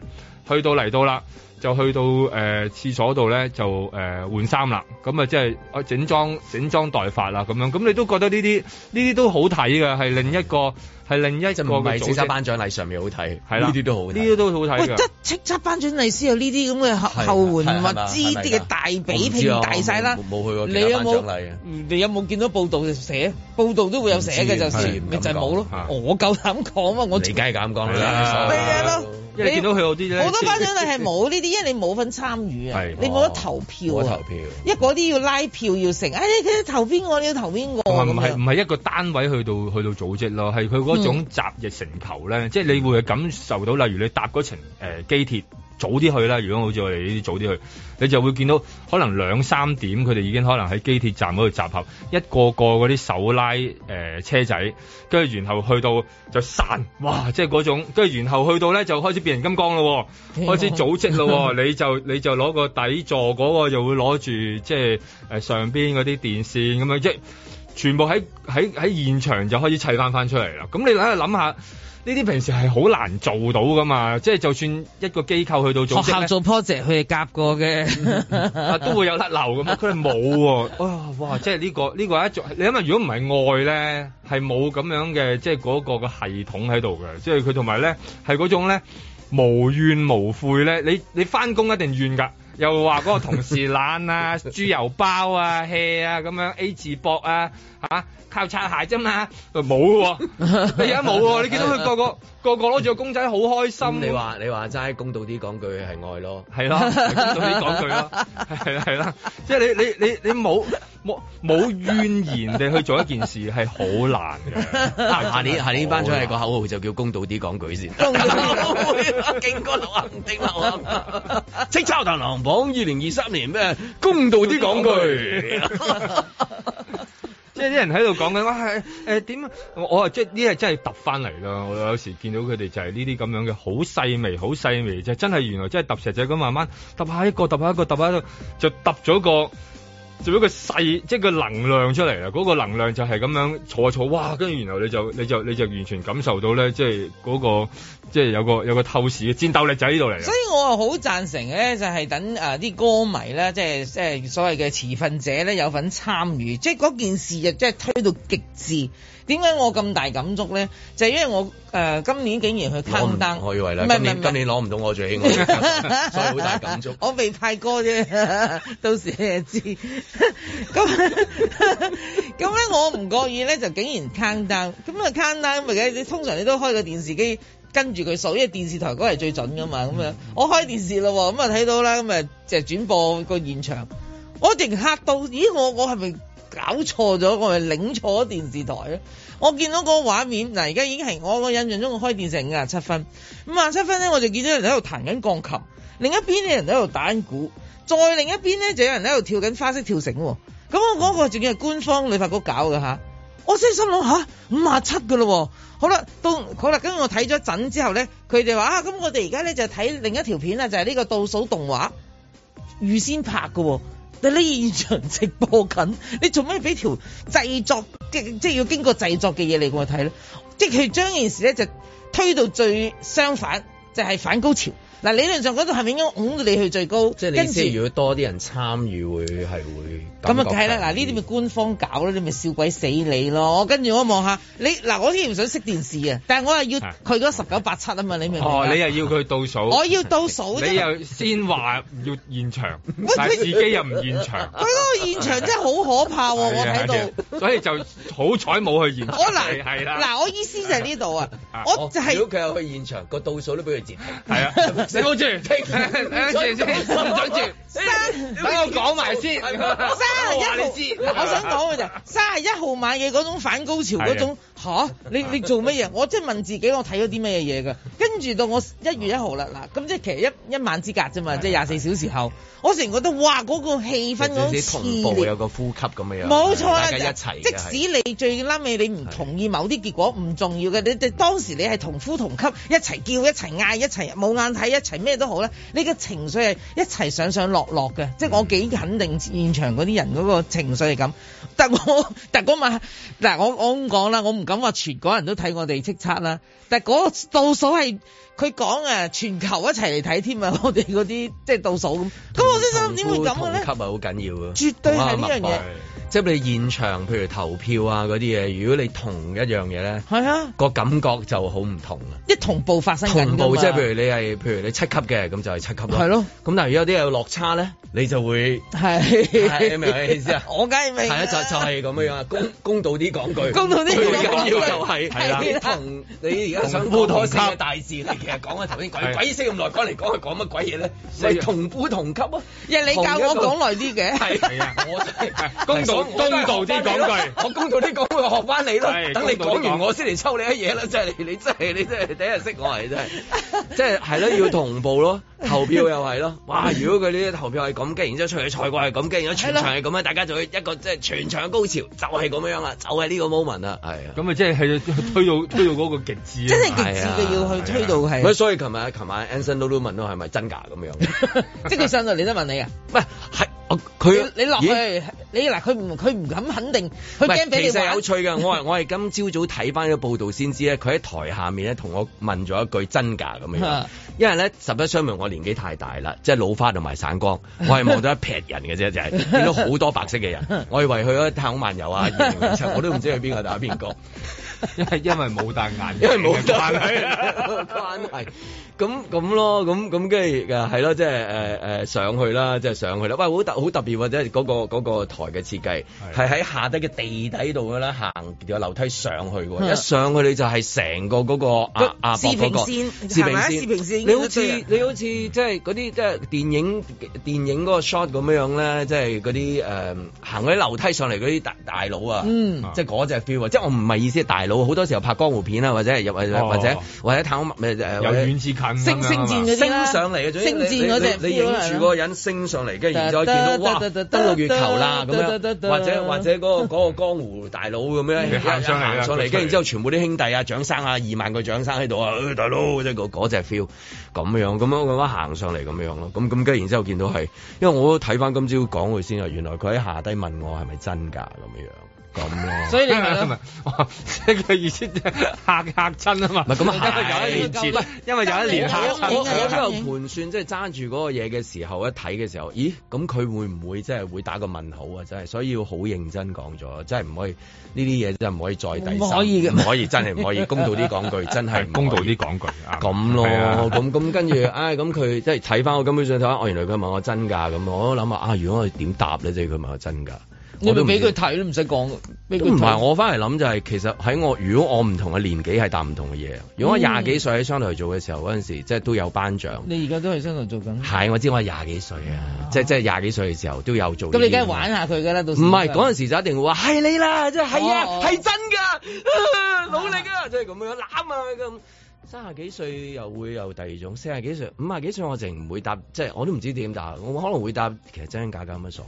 去到嚟到啦，就去到誒、呃、廁所度咧，就誒、呃、換衫啦。咁啊，即係啊整裝整裝待發啦，咁樣。咁你都覺得呢啲呢啲都好睇嘅，係另一個係另一個
即係唔
嘅
係
組
叱咤
織。
頒獎禮上面好睇，
係啦
呢啲都好睇，
呢啲都好睇
喂，
㗎。
得叱咤頒獎禮先有呢啲咁嘅後
係
後援
係
物
係嘛
資
係咪㗎
啲嘅大比
我唔知
拼
啊
大晒啦
我。冇冇去過其
你
他
有
頒
冇
獎禮啊？
你有冇見到報道寫？報道都會有寫嘅，
唔知
就
係
是
唔
咪
敢
就係冇咯
講啊。
我夠膽講啊！我
你梗係咁講
係啊
啦
啦，
你
係咯
因為你見到佢有啲咧，
好多頒獎禮係冇呢啲，因為你冇份參與啊
係，
你冇得投票
冇得
啊
投，票。
因為嗰啲要拉票要成，哎你佢投邊個你要投邊個
同
咁
埋唔係
樣嗯
唔。係一個單位去到去到組織咯，係佢嗰種集腋成裘咧，即係你會感受到，例如你搭嗰程誒、呃、機鐵早啲去啦，如果好似我哋呢啲早啲去，你就會見到可能兩三點佢哋已經可能喺機鐵站嗰度集合，一個個嗰啲手拉誒、呃、車仔，跟住然後去到就散，哇！即係嗰種，跟住然後去到咧就開始變形金剛咯 喎，
啊
開始組織咯喎，你就你就攞個底座嗰個就會攞住即係誒、呃上邊嗰啲電線咁樣即係全部喺喺喺現場就開始砌翻翻出嚟啦。咁你喺度諗下，呢啲平時係好難做到噶嘛？即係就算一個機構去到組
學
織
校
呢
做 project 佢哋夾過
啊
嘅，
都會有甩漏噶嘛，佢係冇喎。哇哇！即係呢、個呢、個係一種，你諗下，如果唔係愛咧，係冇咁樣嘅，即係嗰個嘅系統喺度嘅。即係佢同埋咧係嗰種咧無怨無悔咧。你你翻工一定怨㗎。又話嗰個同事懶啊、豬油包啊、hea 啊咁樣 A 字膊啊嚇、靠擦鞋啫嘛，冇喎， 你而家冇喎，你見到佢個個個個攞住個公仔好開心，
咁你話你話齋公道啲講句係愛咯，
係 咯，咁到啲講句咯，係啦係啦，即係你你你你冇冇冇怨言地去做一件事係好難 嘅。
啊下年下年頒獎禮個口號就叫公道啲講句 先。
公道啲
勁過流行定流行，叱咤大流行榜二零二三年咩公道啲講句。
即係啲人喺度講緊哇係誒點啊我我啊即係呢係真係揼翻嚟啦！我有時見到佢哋就係呢啲咁樣嘅，好細微，好細微，就真係原來真係揼石仔咁慢慢揼下一個，揼下一個，揼下一個，就揼咗個。做一個細，即係個能量出嚟啦。嗰、個能量就係咁樣坐一坐，哇！跟住然後你就你就你就完全感受到咧，即係嗰、個即係有個有個透視嘅戰鬥力就喺呢度嚟
所
啦。
以我啊好贊成咧，就係等誒啲歌迷咧，即係即係所謂嘅持份者咧有份參與，即係嗰件事啊亦即係推到極致。點解我咁大感觸咧？就係、因為我誒、呃今年竟然去
我
count
唔
down，
我以為啦，
唔係
今年
唔係
今年攞唔到我最喜愛 嘅歌手，所以好大感觸。
我未派歌啫， 到時你就知。 咁 咁咧，我唔覺意咧就竟然 count down，咁啊 count down 咪嘅，你通常你都開個電視機跟住佢數，因為電視台嗰係最準噶嘛。
嗯
咁樣我開電視咯喎，咁啊睇到啦，咁啊就轉播個現場，我突然嚇到，咦我我係咪？搞錯咗，我係領錯咗電視台啊！我見到嗰個畫面，嗱而家已經係我個印象中，我開電視係五廿七分，五廿七分咧我就見到有人喺度彈緊鋼琴，另一邊有人喺度打緊鼓，再另一邊咧就有人喺度跳緊花式跳繩喎。咁我嗰個仲要係官方旅發局搞嘅嚇，我真係心諗吓，五廿七嘅咯喎。好啦，到好啦，跟住我睇咗一陣之後咧，佢哋話啊，咁我哋而家咧就睇另一條片啦，就係、呢個倒數動畫。預先拍嘅喎。但你現場直播緊，你做咩俾條製作即即係要經過製作嘅嘢嚟我睇咧？即係佢將件事咧就推到最相反，就係、反高潮。嗱理論上嗰度係咪應該拱到你去最高？
即係你意思係如果多啲人參與會係會
咁啊，
感覺
梗係啦！
強
嗱，呢啲咪官方搞咯，你咪笑鬼死你咯！我跟住我望下你，嗱，我啲唔想熄電視啊，但係我係要佢嗰十九八七啊嘛，你明唔明啊？
哦，你又要佢倒數，
我要倒數啫
你又先話要現場，但係自己又唔現場，
佢嗰個現場真係好可 怕喎！
啊
我睇到。
到，所以就好彩冇去現場。
我嗱
係啦，
嗱，我意思就係呢度啊，我就
如
係
果佢有去現場，個倒數都俾佢截停。
係啊，你好住，等住先，等住。
三，
等我講埋先
三
我話你
十一
知
號，我想講嘅就係三十一號晚嘅嗰種反高潮嗰種吓，你你做乜嘢？我即係問自己，我睇咗啲乜嘢嘢㗎？跟住到我一月一號啦，嗱，咁即係其實一一晚之隔啫嘛，即係廿四小時後，我成覺得哇，嗰個氣氛嗰種
即係同
熾
步
烈
有。個呼吸咁樣樣，
冇錯啦，
啊大家一齊嘅係
即使你最拉尾你唔同意某啲結果唔重要嘅，你你當時你係同呼同吸，一齊叫，一齊嗌，一齊冇眼睇，一齊咩都好啦。你嘅情緒係一齊上上落落嘅，即係我幾肯定現場嗰啲人嗰個情緒係咁。 但我但嗰晚嗱，我我咁講啦，我唔敢話全港人都睇我哋叱咤啦，但嗰個倒數係。佢講啊，全球一齊嚟睇添啊！ 我哋嗰啲即係倒數咁，咁我先心諗點會咁嘅咧？
同呼同吸係好緊要嘅，
絕對係呢樣嘢
同啊。即係你現場，譬如投票啊嗰啲嘢，如果你同一樣嘢咧，
係啊，
個感覺就好唔同啊啦。
一同步發生緊㗎
同步
嘛
即係譬如你係譬如你七級嘅，咁就係七級咯。
係咯。
咁但係如果有啲有落差咧，你就會
係
係你明唔明我意思啊？
我梗係明
係
啦
啊，就就係咁樣啊，公公道啲講 句，
公道啲講句
最緊要就係
係啦
你同你而家想
同呼
講
同
嗰
吸
四個大字，你其實講緊頭先鬼
係
鬼死咁耐，講嚟講去講乜鬼嘢咧？咪同呼同吸啊！
日你教我講耐啲嘅，
係啊，我
公道公道啲講句
我公道啲講句，學翻你咯
係。
等你
公道啲
講
講
完，我先嚟抽你一嘢啦。真係你真係你真係第一日識我係真係，即係係咯，要同步咯。投票又係咯，哇！如果佢呢啲投票係咁，跟然之後出去賽果係咁，跟然之後全場係咁樣，大家就會一個即係全場嘅高潮，就係咁樣啦，就係呢個 moment 啦，係啊。
咁啊，即係係推到推到嗰個極致啊！
真係極致嘅要
啊
去推到係
咁所以琴日琴晚 Anson Lulu 問到係咪真㗎咁樣，
即係佢上到嚟都問你啊，
佢
你落去
咦
你嗱佢唔佢唔敢肯定，佢
唔係
驚俾你
其實
玩
有趣㗎，我係 我係今朝早睇翻個報道先知咧，佢喺台下面咧同我問咗一句真假咁樣
啊，
因為咧十一相明我年紀太大啦，即係老花同埋散光，我係望到一撇人嘅啫，就係 見到好多白色嘅人，我以為去咗太空漫遊啊，二零零七我都唔知去邊個打邊個，
因為因為冇戴眼鏡，
因為冇得
關係
關係。咁咁咯，咁咁跟住誒係咯，即係誒誒上去啦，即係上去啦。喂，好特好特別或者係嗰個嗰個台嘅設計係喺下低嘅地底度嘅啦，行條樓梯上
嗯
去 喎。一上去你就係成個嗰個阿阿
視
啊博嗰
平
個
線
視
係
平
咪啊
線，
視平線
你好似
見到
你好似即係嗰啲即係電影電影嗰個 shot 咁樣樣咧，即係嗰啲誒行嗰啲樓梯上嚟嗰啲大大佬啊，
嗯
即係嗰隻 feel 啊！即係我唔係意思係大佬，好多時候拍江湖片啊，或者係入或者
哦
或者或者太空誒誒
由遠至近
啊
近
星星戰嗰啲
升
啦
上嚟嘅，總之
星
你
戰嗰隻
你你你影
feel 啦
住嗰個啊人升上嚟，跟住然之後見到哇登陸月球啦咁樣，或者或者嗰個 嗰個江湖大佬咁樣
行上嚟嗯啦
行上嚟，跟住然之後全部啲兄弟啊、長生啊、二萬個長生喺度啊，哎大佬即係嗰嗰隻 feel 咁樣咁樣咁樣行上嚟咁樣咯，咁咁跟住然之後見到係，因為我睇翻今朝講佢先啊，原來佢喺下低問我係咪真㗎咁樣咁 咯。
所以你咪
係 咪？哇即係佢意思 即係嚇嚇親啊嘛。
唔係咁啊係
因為有一年前
唔係，
因為有一年嚇
我我我
親。
喺度盤算，即係揸住嗰個嘢嘅時候，一睇嘅時候，咦？咁佢會唔會即係會打個問號啊？真係，所以要好認真講咗，真係唔可以呢啲嘢真係唔可以再第三，
唔可以嘅
唔可以真係唔可以公道啲講句，真係唔可以
係 公道啲講句啊。
咁咯，
係啊
咁咁跟住，唉，咁佢即係睇翻我根本上睇翻，哦，原來佢問我真㗎，咁我都諗下啊，如果我點答咧？即係佢問我真㗎，
你
我
咪
都唔
俾
知
佢睇都唔使講，俾
都
佢
唔係，
睇。
我翻嚟諗就係、其實喺我如果我唔同嘅年紀係答唔同嘅嘢。如果我廿幾歲喺商台做嘅時候嗰陣時，即係都有頒獎。
你而家都喺身上做緊，
係，我知我係廿幾歲啊，即係即係廿幾歲嘅時候都有做。
咁你梗係玩。下佢㗎啦，到時
唔係嗰陣時就一定會話係你啦，即係係啊，
哦哦
係真㗎，啊 努力啊，即係咁樣攬啊咁。三十幾歲又會有第二種，四十幾歲、五十幾歲我淨唔會答，即係我都唔知點答，我可能會答其實真假假有乜所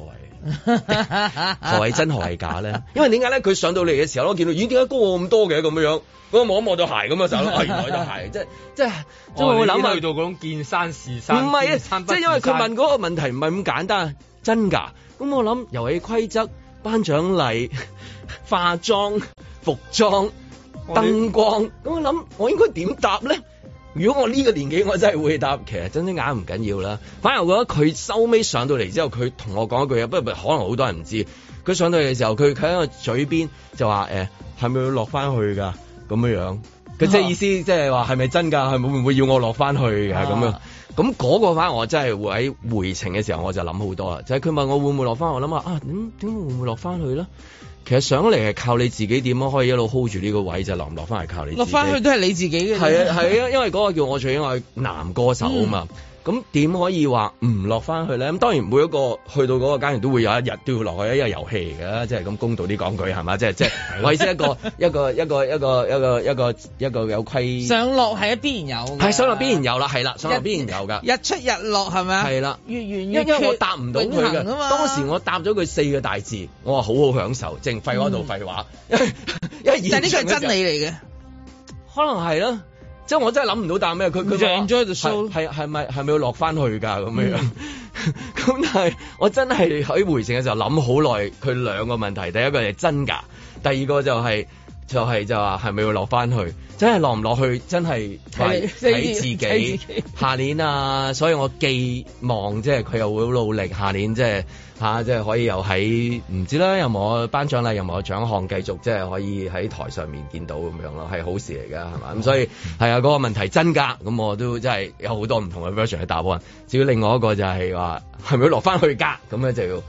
謂，何謂真何謂假咧？啊因為點解咧？佢上到嚟嘅時候我見到咦點解高我咁多嘅咁樣樣，咁望一望對鞋咁 嘅時候咧，啊原來對鞋，即係即係即係
哦
我會
你
諗啊
已經
下
去到嗰種見山是山，
唔係
見山
啊，
不
即係因為
是
佢
山
問嗰個問題唔係咁簡單，真㗎。咁我諗遊戲規則、頒獎禮、 化妝、服裝、
我哋
燈光，咁我諗我應該點答咧？如果我呢個年紀，我真係會答，其實真真假假唔緊要啦。反而我覺得佢收尾上到嚟之後，佢同我講一句嘢，不過可能好多人唔知。佢上到嚟嘅時候，佢佢喺我嘴邊就話誒，係咪要落翻去㗎？咁樣樣，佢
啊
即係意思即係話係咪真㗎？係咪會唔會要我落翻去㗎？咁樣。
啊
咁嗰個翻我真係會喺回程嘅時候我就諗好多啦，就係佢問我會唔會落翻，我諗下啊點點會唔會落翻去咧？其實上嚟係靠你自己點樣可以一路 hold 住呢個位，就落唔落翻係靠你自己。
落翻去都係你自己嘅。
係啊係啊，因為嗰個叫我最愛男歌手啊
嗯
嘛。咁點可以話唔落翻去咧？咁當然每一個去到嗰個階段都會有一日都要落去，因為遊戲嚟㗎，即係咁公道啲講句係嘛？即係即係我意思一個 一個一個一個一個一個一個有規
上落係必然有嘅，
係上落必然有啦，係啦，上落必然有㗎。
日出日落係咪啊？
係啦
月圓
因
月
因
缺
為我答唔到佢
永
嘅，
恆啊嘛
當時我答咗佢四個大字，我話好好享受，淨廢嗰度廢話，因為因為
但係呢個
現
係
場嘅時
真
候
理嚟嘅。
可能係啦，即係我真係諗唔到答咩，佢佢
贏咗就 show 嗯
係係係咪係咪要落翻去㗎咁樣？ 咁但係我真係喺回程嘅時候諗好耐，佢兩個問題，第一個係真㗎，第二個就係、就係、就話係咪要落翻去？真係落唔落去，真係
睇你
睇睇自
睇自
己
己。
下年啊，所以我寄望即係佢又會好努力，下年即係嚇即係可以又喺唔知啦，有冇頒獎禮，有冇獎項繼續即係可以喺台上面見到咁樣咯，係好事嚟㗎，係嘛？咁所以係啊，嗰、個問題真㗎，咁我都真係有好多唔同嘅 version 嘅答案。至於另外一個就係話係咪要落翻去㗎？咁咧就要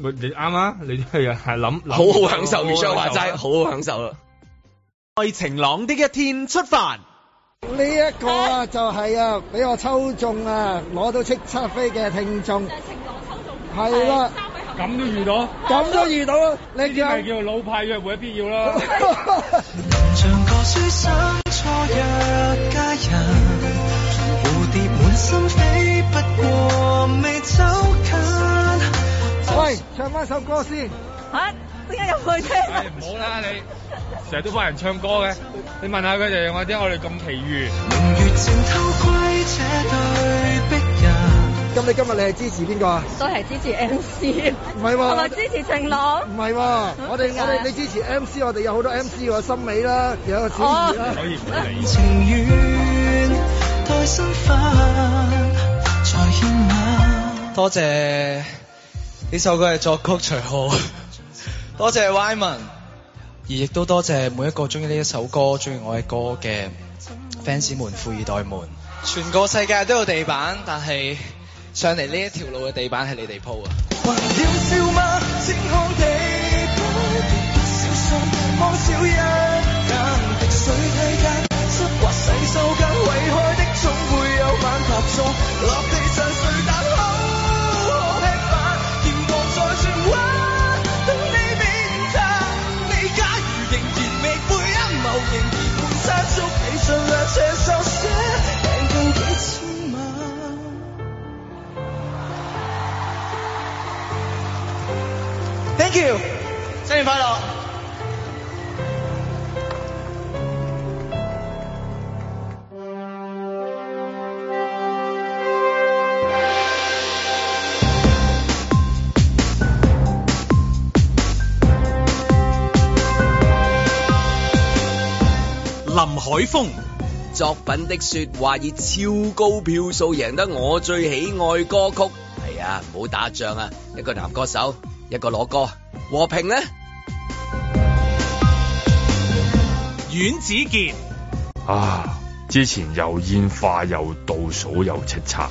咪你啱啊！你都係係諗諗
好好享受 m i c h e 話
好好
齋，
享受
好好享受啦。啊
在晴朗的一天出發。
呢一個啊，就係啊，俾我抽中啊，攞到叱咤飛嘅聽眾。係啦，
咁都遇到，
咁都遇到，你
呢啲咪
叫
叫老派約會必要 啦。
像個書生初約佳人，蝴蝶滿心飛，不過未走近。啊
喂，唱翻首歌先。
吓？點解入去聽？
唉哎唔好啦你，成日都幫人唱歌嘅，你問下佢哋，我啲我哋咁奇遇。
月正偷窺這對璧人，
咁你今日你係支持邊個啊？
都係支持 MC，唔
係喎
係咪支持晴朗？
唔係喎，我哋
點解
我哋你支持 MC，我哋有好多 MC 喎，森美啦，有個小儀啦。
可以唔理情願待身份才獻吻。
多謝呢首歌嘅作曲徐浩，多謝 Wyman，而亦都多謝每一個中意呢一首歌、中意我嘅歌嘅 fans 們、富二代們。全個世界都有地板，但係上嚟呢一條路嘅地板係你哋鋪啊！
還要笑嗎？晴空地不小心望少一眼滴水梯間，濕滑洗手間，遺開的總會有晚拍中，落地上睡得好好吃飯，見我再轉彎，等你明察。你假如仍然未背陰謀，仍然換衫，祝你盡量唱首寫，病更，thank you，新年快樂。
林海峰
作品的說話以超高票數贏得我最喜愛歌曲。係啊，唔好打仗啊！一個男歌手，一個攞歌，和平呢？
阮子健、
啊！之前又煙花又倒數又叱咤，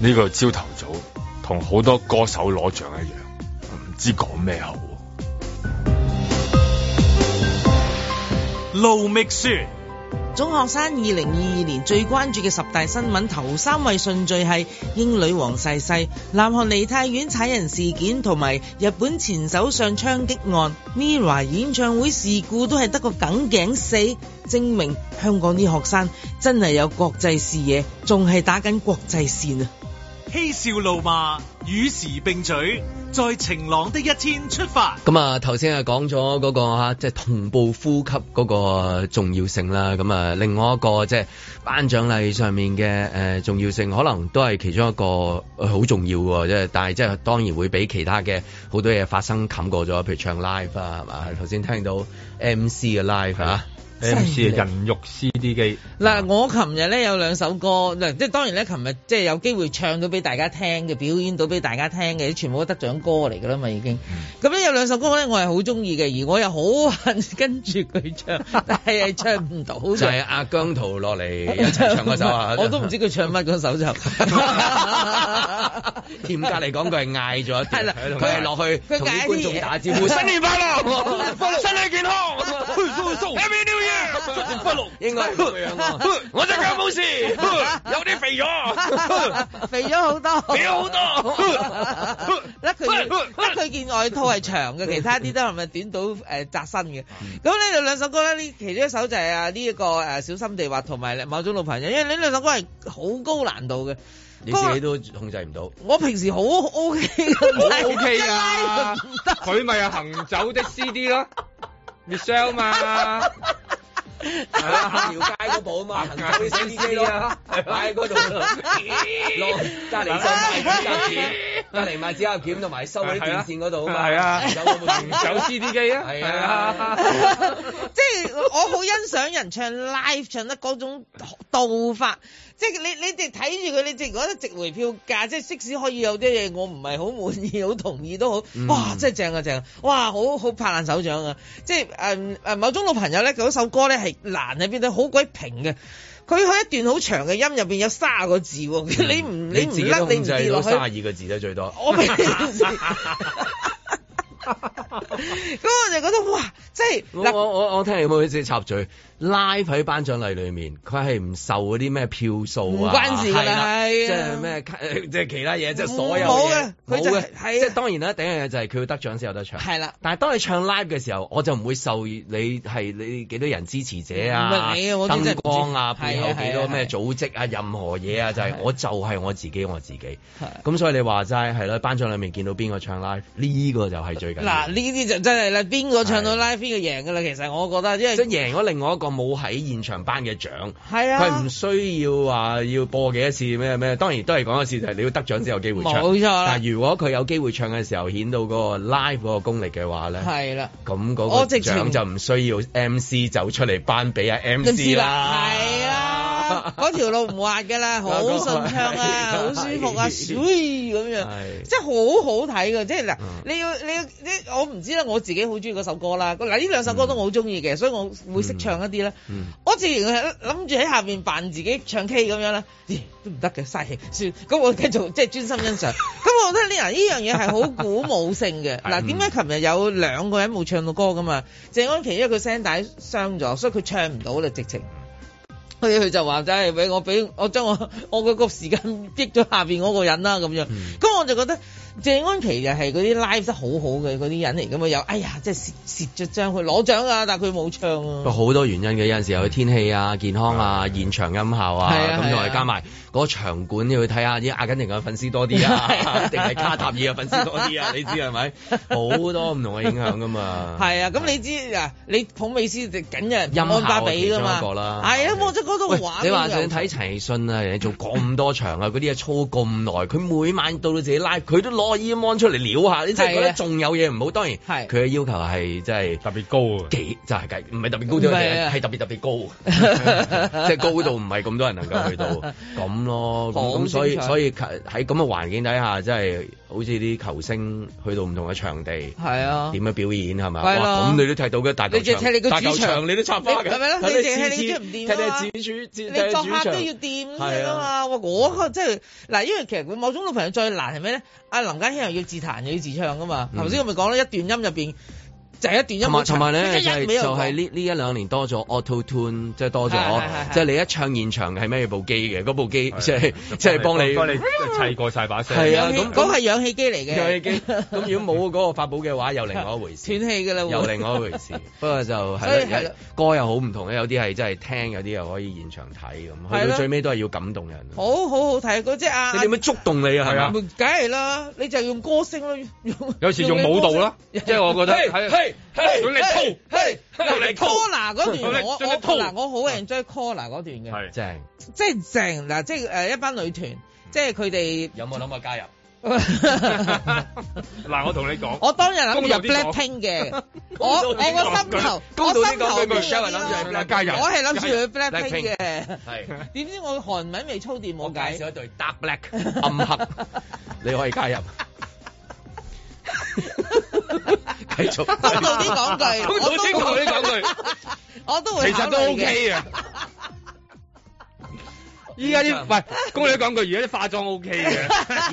呢、個朝頭早同好多歌手攞獎一樣，唔知講咩好。
盧覓雪。
中學生二零二二年最關注嘅十大新聞頭三位順序係英女王逝世、南韓梨泰院踩人事件同埋日本前首相槍擊案。Mira 演唱會事故都係得個梗頸死，證明香港啲學生真係有國際視野，仲係打緊國際線啊！
嬉笑怒罵，與時並舉，在晴朗的一天出發。
咁啊，頭先啊講咗嗰個啊即係同步呼吸嗰個重要性啦。咁啊，另外一個即係頒獎禮上面嘅誒、呃重要性，可能都係其中一個呃好、重要喎。即係但係即係當然會俾其他嘅好多嘢發生冚過咗，譬如唱 live 啊，係嘛？頭先聽到 MC 嘅 live 啊
，MC 嘅人肉 CD 機。
嗱，我琴日咧有兩首歌，嗱，即係當然咧，琴日即係有機會唱到俾大家聽嘅，表演到俾大家聽嘅，全部都得獎歌嚟㗎啦嘛，已經。
嗯
咁咧、有兩首歌咧，我係好中意嘅，而我又好恨跟住佢唱， 但係係唱唔到嘅。！
就係阿姜濤落嚟一齊唱嗰首啊
我都唔知佢唱乜嗰首就。
嚴格嚟講，佢係嗌咗一段，佢係落去
佢
同
嗌啲
啲觀眾打招呼，
嘢新年快
樂，
身體健康，Happy New Year，祝年快樂。
應該係咁樣啊
我隻腳冇事，有啲肥 咗，
肥咗好多，
肥咗好 多。
咧佢咧佢件外套係長嘅，其他啲都係咪短到誒窄身嘅？咁呢兩首歌咧，呢其中一首就係啊呢一個誒小心地滑同埋某種老朋友，因為呢兩首歌係好高難度嘅。
你自己都控制唔到。
我平時好 OK 嘅，
好 OK 啊，佢咪係行走的 CD 咯，Michelle 嘛，係
啊，行條街嗰部啊嘛，行走的 CD 咯，擺喺嗰度咯，落隔離收賣指甲鉗，隔離賣指甲鉗同埋收嗰啲電線嗰度啊嘛，
係啊
有嗰部電
行走 CD 機啊
係啊，
即係我好欣賞人唱 live 唱得嗰種道法，即係你你哋睇住佢，你直覺得值回票價，即係即使可以有啲嘢我唔係好滿意、好同意都好，
嗯
哇！真係正啊正啊，哇！好好拍爛手掌啊！即係誒誒，某種老朋友咧，佢嗰首歌咧係難喺邊咧，好鬼平嘅。佢喺一段好長嘅音入邊有卅個字喎，你唔你唔
自己
甩
都
你
控
唔
制
跌
到
落去。
三十二個字得最多。
我平時咁我就覺得哇，即係
我我我我聽你有冇即插嘴？live 喺頒獎禮裏面，佢係唔受嗰啲咩票數
唔
啊，
關事㗎啦
係啦
係
即
啊
係咩 卡即係其他嘢，即係所有
冇
嘢
嘅佢就係啊
冇啊嘅即係當然啦，第一樣嘢就係佢要得獎先有得唱。
係啦，
但係當你唱 live 嘅時候，我就唔會受你係你幾多人支持者啊、
唔係你啊我真係唔知
燈光啊、背後
係
幾
啊係啊
多
係啊
咩組織啊、任何嘢啊，就係我就係我自己我自己。咁所以你話齋係啦，頒獎裏面見到邊個唱 live 呢個就係最緊要。
嗱，呢啲就真係啦，邊個唱到 live 邊個贏㗎啦。其實我覺得，因為
即係贏咗另外一個冇喺現場頒嘅獎，
係啊
佢唔需要話要播幾多次咩咩，當然都係講一次就係你要得獎先有機會唱，
冇錯啦
但係如果佢有機會唱嘅時候顯到嗰個 live 嗰個功力嘅話咧，
係啦，
咁嗰
我
個
直情
獎就唔需要 MC 走出嚟頒俾啊 MC 啦。
係啦，嗰條路唔滑㗎 啦，好順暢啊，好舒服啊，咁樣，即係好好睇㗎。即係嗱，
嗯
你要你要你，我唔知啦，我自己好中意嗰首歌啦。嗱，呢兩首歌
嗯
都我好中意嘅，所以我會識唱一啲啦。我自然係諗住喺下面扮自己唱 K 咁樣啦，咦都唔得嘅，嘥氣，算。咁我繼續即係專心欣賞。咁我覺得呢嗱呢樣嘢係好鼓舞性嘅。嗱，點解琴日有兩個人冇唱到歌噶嘛？謝安琪因為佢聲帶傷咗，所以佢唱唔到啦，直情。所以佢 就話齋係俾我俾我將我我嗰個時間逼咗下邊嗰個人啦咁樣，咁、我我就覺得謝安琪就係嗰啲 live 得好好嘅嗰啲人嚟噶嘛，又哎呀，即係蝕蝕咗張佢攞獎啊，但係佢冇唱啊。
不過好多原因嘅，有陣時有天氣啊、健康啊、現場音效啊，
係啊係
咁
啊
同埋加埋嗰個場館要去睇下啲阿根廷嘅粉絲多 啲啊，定係卡塔爾嘅粉絲多啲啊？你知係咪？好多唔同嘅影響噶嘛。
係啊，咁你知嗱，你捧美斯就梗係
音效
安巴
啊
比
其
噶
中
嘛，
一個啦
係啊，我真係嗰度
喂
玩。
你話想睇陳奕迅啊，人哋做咁多場啊，嗰啲嘢操咁耐，佢每晚到到自己拉，佢都攞 e m o n 出嚟撩下，你真係覺
係
得
啊
仲有嘢唔好。當然，佢嘅要求係真係
特別高，啊
幾就係計唔係特別高
唔係
啲，
啊
係特別特 別高，即係高度唔係咁多人能夠去到咁咯。
好
咁咁所以
精彩
所以喺咁嘅環境底下，真係好似啲球星去到唔同嘅場地。
係啊。
點樣表演係咪？
係啦
哇！咁你都睇到嘅大球
你淨係踢你個
場，大
主
球場
場，
你都插花嘅，
係咪咯？你
睇
淨係你
次
主
次
唔掂啊嘛
睇你主主
你作客都要
主
掂
場係
先
啊
啊嘛！哇我個即係嗱，因為其實佢某種老朋友最難係咩咧？阿林家謙又要自彈又要自唱噶嘛。
嗯
頭先我咪講啦，一段音入邊就係一段音
同埋
冇
同埋咧，
佢
就係
一
就
味又
係呢呢一兩年多咗 auto tune，即係多
係係
咗
係，係
即係你一唱現場係咩部機嘅？嗰部機即係即係幫你
幫你砌過晒把聲。
係啊
氧氣
咁
嗰個係氧氣機嚟嘅，
氧氣機咁如果冇嗰個法寶嘅話，又另外一回 事。
斷氣㗎啦，會
又另外一回事。不過就
所以
係
係
啦
啦
歌又好唔同嘅，有啲係真係聽，有啲又可以現場睇咁。去
係
到
啦
最尾都係要感動人。
好好好睇嗰只啊！
你點樣觸動你啊？係啊，
梗係啦，你就用歌聲咯，用
有時用舞蹈 啦，即係我覺得
哎
係
嘿 嘿
用力鋪，
嘿，
用力鋪
Cola 嗰
用力
段我我
用力鋪
嗱我好 enjoy Cola 嗰段嘅，
正。
即係正嗱，即係誒一班女團，即係佢哋
有冇諗過加入？
嗱，我同你講，
我當日諗
公
住
道啲講
Blackpink 嘅，我我個心頭，
公道
我
啲
心頭
講句
邊
Michelle 係
嗰啲
諗住係
啦
Black- 加油
我係諗住去
加油
Blackpink 嘅
Blackpink，，係
點知我韓文未操掂冇計，
介紹一對 dark black 暗黑，你可以加入。 繼 續。
公道啲講句，
公道啲講句講句，
我都會
其實都
考慮
OK 啊嘅。依家啲喂，公你講句，而家啲化妝 OK 嘅。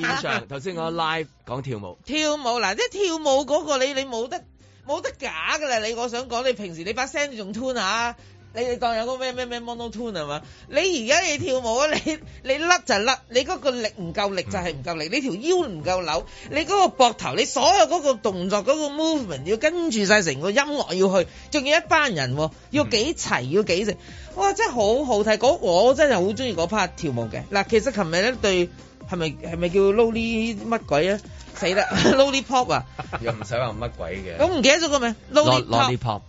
現場頭先講 live 講跳舞，
跳舞嗱，即係跳舞嗰個你你冇得冇得假㗎啦！你我想講，你平時你把聲仲 tune 下，你你當有個咩咩咩 mono tune 係嘛？你而家你跳舞啊，你你甩就甩，你嗰個力唔夠力就係唔夠力，你條腰唔夠扭，你嗰個膊頭，你所有嗰個動作嗰、個 movement 要跟住晒成個音樂要去，仲要一班人喎，要幾齊要幾成，哇！真係好好睇，嗰我真係好中意嗰 part 跳舞嘅。嗱，其實琴日咧對。係咪係咪叫 Lolly 乜鬼啊？死 啦，Lolly Pop 啊！
又唔使話乜鬼嘅。
咁唔記得咗個名，Lolly Pop
Lollipop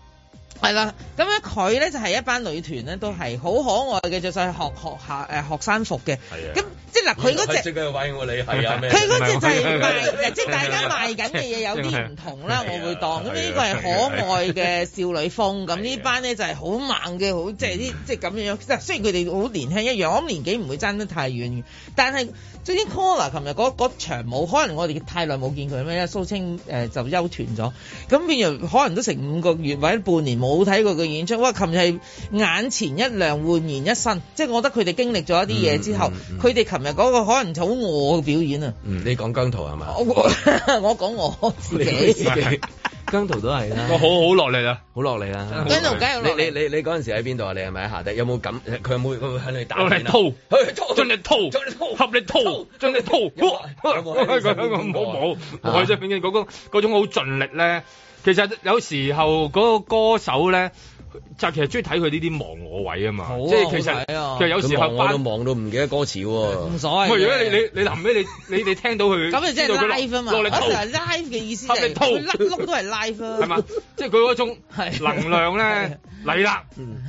係啦。咁咧佢咧就係一班女團咧，都係好可愛嘅，着晒學學下誒學生服嘅。咁即啊係嗱，佢
啊
嗰隻
即刻反應喎，你係啊咩？啊
佢嗰隻就係 賣，即係大家賣緊嘅嘢有啲唔同啦，我
啊
會當。咁呢個係
啊
可愛嘅少女風，咁呢班咧就係好猛嘅，好
嗯
即係啲即係咁樣樣。即係雖然佢哋好年輕一樣，我諗年紀唔會爭得太遠，但係總之 Cola 琴日嗰嗰場舞，可能我哋太耐冇見佢咩，因為蘇青誒就休團咗，咁變咗可能都成五個月或者半年冇睇過佢演出。哇！琴日係眼前一亮，煥然一新，即係我覺得佢哋經歷咗一啲嘢之後
嗯嗯嗯，
佢哋琴日嗰個可能就好餓嘅表演啊！
嗯，你講姜濤係嘛？
我 我講我自
你
己，
自己 姜濤都係啦。
啊我好好落力啊啦，
好落嚟啦！
姜濤梗係落嚟
你你你你嗰陣時喺邊度啊？你係咪喺下底？有冇感？佢有冇佢有冇喺你打
落
面
力
啊？
吐，
盡
盡力吐，合力吐，盡力吐。
哦有冇喺你身邊經過啊
冇冇，海西邊嗰種嗰種好盡力咧。其實有時候嗰個歌手咧，就其實中意睇佢呢啲忘我位啊嘛。即係其實其實有時候
佢望
班
我都望到唔記得歌詞喎。唔
所
唔係如果你你你臨尾你你你聽到佢
咁你即係
知道佢落
live 啊嘛，
落
我
力
就
吐
係 live 嘅意思就
合
係
力吐
佢甩碌都係 live 啊，
係嘛？即係佢嗰 種能量咧嚟啦。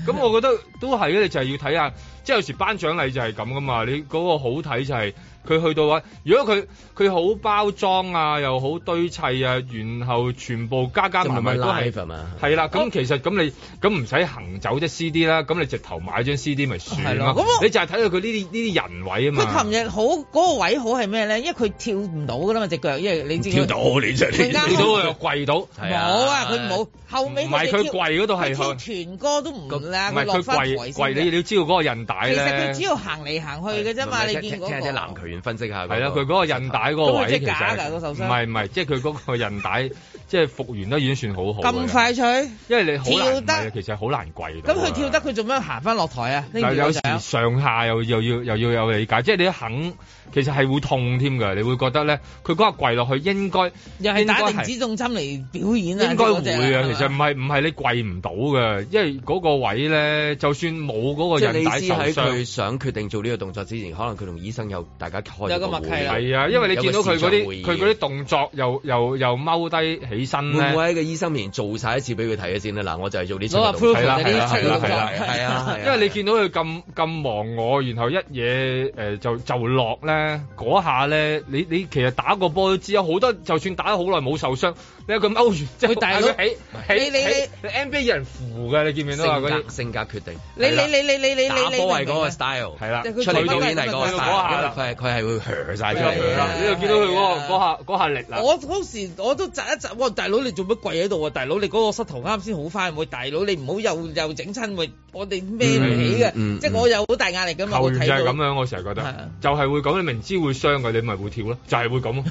咁我覺得都係嘅，你就係要睇下，即係有時頒獎禮就係咁噶嘛。你嗰個好睇就係佢去到話，如果佢佢好包裝啊，又好堆砌啊，然後全部加加埋埋都
即係慢慢 live
係
係嘛
係啦，咁其實咁你咁唔使行走隻 CD 啦，咁你直頭買張 CD 咪算
係
啦
咯咁。我
你就係睇到佢呢啲呢啲人位啊嘛。
佢琴日好嗰個位好係咩咧？因為佢跳唔到噶啦嘛只腳，因為你知佢
跳到你真
佢
係
啱
跳到佢又跪到，
冇啊，佢冇後尾
唔係
哋
佢
跳
跪嗰度係
佢跳
佢
團歌都唔啦，
唔
佢
係
落翻台
佢跪
先
跪你，
嘅。
你知道嗰個韌帶
其實
咧
佢只。要行嚟行去嘅啫嘛，你見
聽下
嗰
啲
個。
籃球員分析下嗰個。
係啦，啊佢嗰個韌帶嗰個
咁佢
位
即係
其
假
實
㗎嗰手
唔
傷
係唔係， 即係佢嗰個韌帶即係復原得已經算好好㗎啦
咁快脆，
因為你好難
跳
唔係啊
得
其其實好難跪到
咁
㗎。
佢跳得，佢做咩行翻落台啊？拎
嗱，
住個
有時
獎
上下又又要又要有理解，即係你一肯，其實係會痛添㗎。你會覺得咧，佢嗰日跪落去應該
又係打
應
定
該係
指重針嚟表演啊！
應該
嗰隻
會啊，
係嘛
其實唔係唔係你跪唔到嘅，因為嗰個位咧，就算冇嗰
即係
個
你
韌帶
知
受
喺佢
傷，
想決定做呢個動作之前，可能佢同醫生有大家開
有
個
默
會
契啦。係啊，因為你見到佢
有
嗰
個視像
啲佢
會議
嗰啲動作又又又踎低起
會
身
唔
咧
啊
會，喺個醫生面前做晒一次俾佢睇嘅先咧？嗱，我就係做呢出
攞
嘅動作
approve
係啦
嗰啲
係啦
出嘅動作
係啦係啊係啊，
因為你見到佢咁咁忘我，然後一嘢誒就就落咧，嗰下咧，你你其實打個波都知啊，好多就算打咗好耐冇受傷，你哦佢踎住即係
大 佬
佢起起
你你
起你 NBA 哎有人扶㗎，你見唔見到
性
啊？嗰
格
啲
性格決定。
你
係啦
你你你你你你
打波係
你明唔
嗰
明啊
個 style，係
啦
出
佢
嚟
佢
表演係嗰個
佢
style，
嗰下啦
因為佢係佢係會 hurt 晒出
係
嚟
啦
嘅。
你就見到佢嗰個嗰下嗰下力啊啦。
啊我嗰時我都窒一窒，哇！大佬你做乜跪喺度啊？大佬你嗰個膝頭啱先好翻喎，大佬你唔好又又整親喎，我哋孭唔起嘅，
嗯嗯嗯
即係我有好大壓力噶嘛，
球
啊我
員
睇
就係
到
咁。樣，我成日覺得就係會咁，你明知會傷嘅，你咪會跳咯，就係會 咁咯，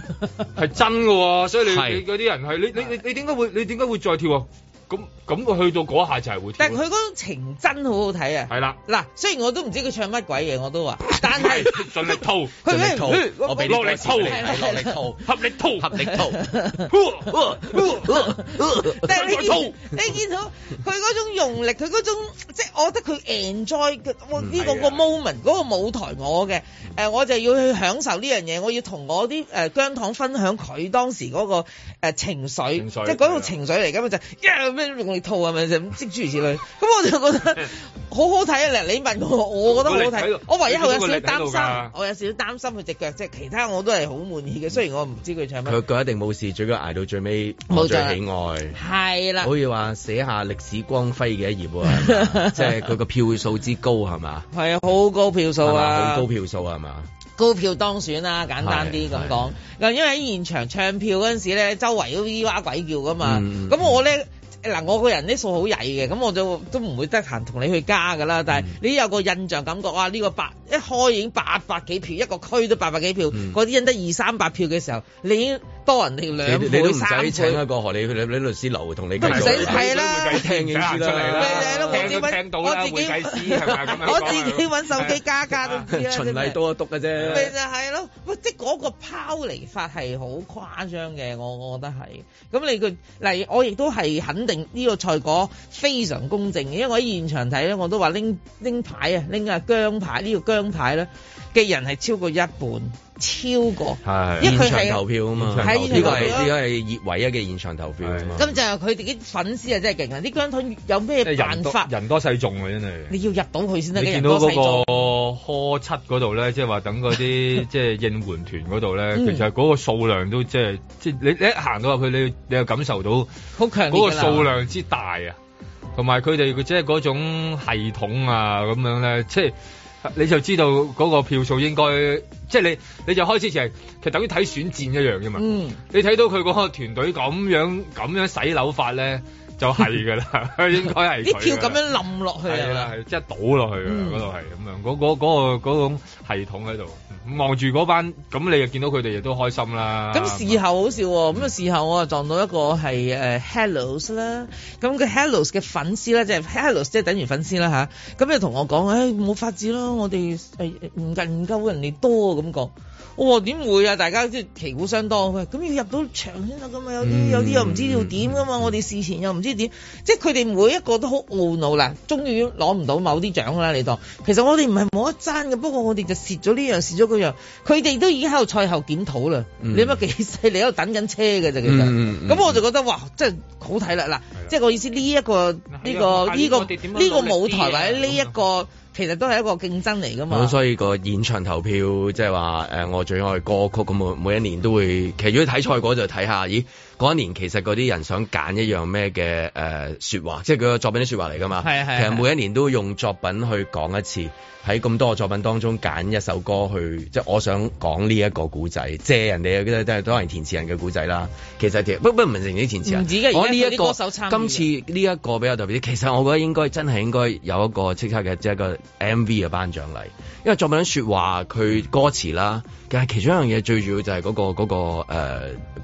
係真嘅喎。所以你
係
你嗰啲人係你你你你點解會你點解會再跳啊？咁咁佢去到嗰下就係會跳
但係
咯。
佢嗰種情真好好睇啊！
係啦，
嗱，雖然我都唔知佢唱乜鬼嘢，我都話，但 係
盡力套，
佢
盡力套
佢
我俾啲
落力套
boys 俾你睇落 力套，
合力套，
合力套。
但係你見你見到佢嗰種用力，佢嗰種即係我覺得佢 enjoy 嘅我呢個
係啊嗯
個 moment 嗰個舞台我嘅，誒、我就要去享受呢樣嘢，我要同我啲誒姜糖分享佢當時嗰、個呃情緒，
情緒
即係嗰種情緒嚟㗎嘛，就呀咩用力吐啊咪就咁即諸如此類，咁我就覺得 好好睇啊！嗱你問我，我覺得好好
個力喺
睇
度，
我唯一有
你見到個
少少
力喺
擔
度㗎嗯
心，我有少少擔心佢只腳，即係其他我都係好滿意嘅，雖然我唔知佢唱乜
佢，佢一定冇事，最緊要捱到最尾，
冇
我
錯
最喜愛。
係啦。
好似話寫下歷史光輝嘅一頁喎，係 嘛即係佢個票數之高係嘛？
係啊，好高票數
係
啊，
嘛好高票數係嘛？
高票當選啦，簡單啲咁講。嗱，因為喺現場唱票嗰陣時咧，周圍都咿哇鬼叫噶嘛。
嗯
咁、我咧嗱，我個人啲數好曳嘅，咁我就都唔會得閒同你去加噶
嗯
啦。但係你有個印象感覺，啊哇！呢、個八一開已經八百幾票，一個區都八百幾票，
嗯
嗰啲人得二三百票嘅時候，你已經多人哋兩
你你都
倍、
唔
啊三
使請
倍。
一個荷里你律師樓同你繼
都唔
續，
使係啦，
聽已經知啦。
聽都聽到啦，會計師係咪咁 我自己揾手機加加都知啊啦。
啊 循例多一督
咪
嘅啫
就。係咯，喂，即係嗰個拋離法係好誇張嘅，我我覺得係。咁你佢嗱，我亦都係肯定呢個賽果非常公正嘅，因為我喺現場睇咧，我都話拎拎牌啊，拎啊姜牌呢、個姜牌咧嘅人係超過一半，超過。
係
因為佢係
現場投票啊嘛，
係
呢個係
現場投票啊
呢個係熱唯一嘅現場投票啊嘛。
咁就係佢哋啲粉絲啊，真係勁啊！啲姜糖有咩辦
人多
法？
人多勢眾啊嘅真係。
你要入到去先得
你
嘅，
見
人
到
多勢
嗰
啊
眾。
個呵七嗰度咧，即係話等嗰 啲即係應援團嗰度咧，
嗯
其實嗰個數量都即係即係你你一行到入去，你你又感受到
好強烈
嗰
㗎
個
啦
數量之大啊，同埋佢哋即係嗰種系統啊咁樣咧，即係。你就知道嗰個票數應該，即係你你就開始就係其實等於睇選戰一樣啫嘛。
嗯，
你睇到佢嗰個團隊咁樣咁樣洗樓法咧，就係㗎啦， 應該係佢
啲票
㗎啦
咁樣冧落去
係啦
啊！，
係即係倒落去啊！
嗯
嗰度係咁樣，嗰嗰嗰個嗰種系統喺度，望住嗰班，咁你又見到佢哋亦都開心啦。
咁事後好笑喎，咁啊事後我啊撞到一個係誒 Hellos 啦，咁佢 Hellos 嘅粉絲啦，即係 Hellos 即係等於粉絲啦吓，咁就同我講，誒冇法子咯，我哋誒唔夠唔夠人哋多咁講。我話點會啊？大家即係旗鼓相當，喂，咁要入到場先得噶嘛？有啲有啲又唔知要點噶嘛？我哋事前又唔知點，即係佢哋每一個都好懊惱啦。終於攞唔到某啲獎啦，你當其實我哋唔係冇得爭嘅，不過我哋就蝕咗呢樣蝕咗嗰樣，佢哋都已經喺度賽後檢討啦。
嗯
你諗下幾犀利，喺度等緊車嘅啫，其實。咁、
嗯嗯嗯
我就覺得哇，真係好睇啦！嗱，即係我意思呢、一個呢、個
下
呢、
年
個
我哋點樣
呢、個
努力啲
舞台或者
啊
呢、一個其實都係一個競爭嚟噶嘛。
咁所以個現場投票即係話誒，我最愛歌曲咁，每每一年都會。其實如果睇賽果就睇下，咦嗰一年其實嗰啲人想揀一樣咩嘅誒説話，即係佢個作品啲説話嚟㗎嘛。
係係
其實
係
每一年都會用作品去講一次，喺咁多個作品當中揀一首歌去，即係我想講呢一個古仔，借人哋嘅都係當然填詞人嘅古仔啦。其實其實不不唔係淨止填詞人，
唔止嘅
我
而家
呢一
有啲歌
個
手參與
今次呢一個比較特別啲，其實我覺得應該真係應該有一個即刻嘅即係一個 M V 嘅頒獎禮，因為作品説話佢歌詞啦，其實其中一樣嘢最主要就係嗰、個嗰、個誒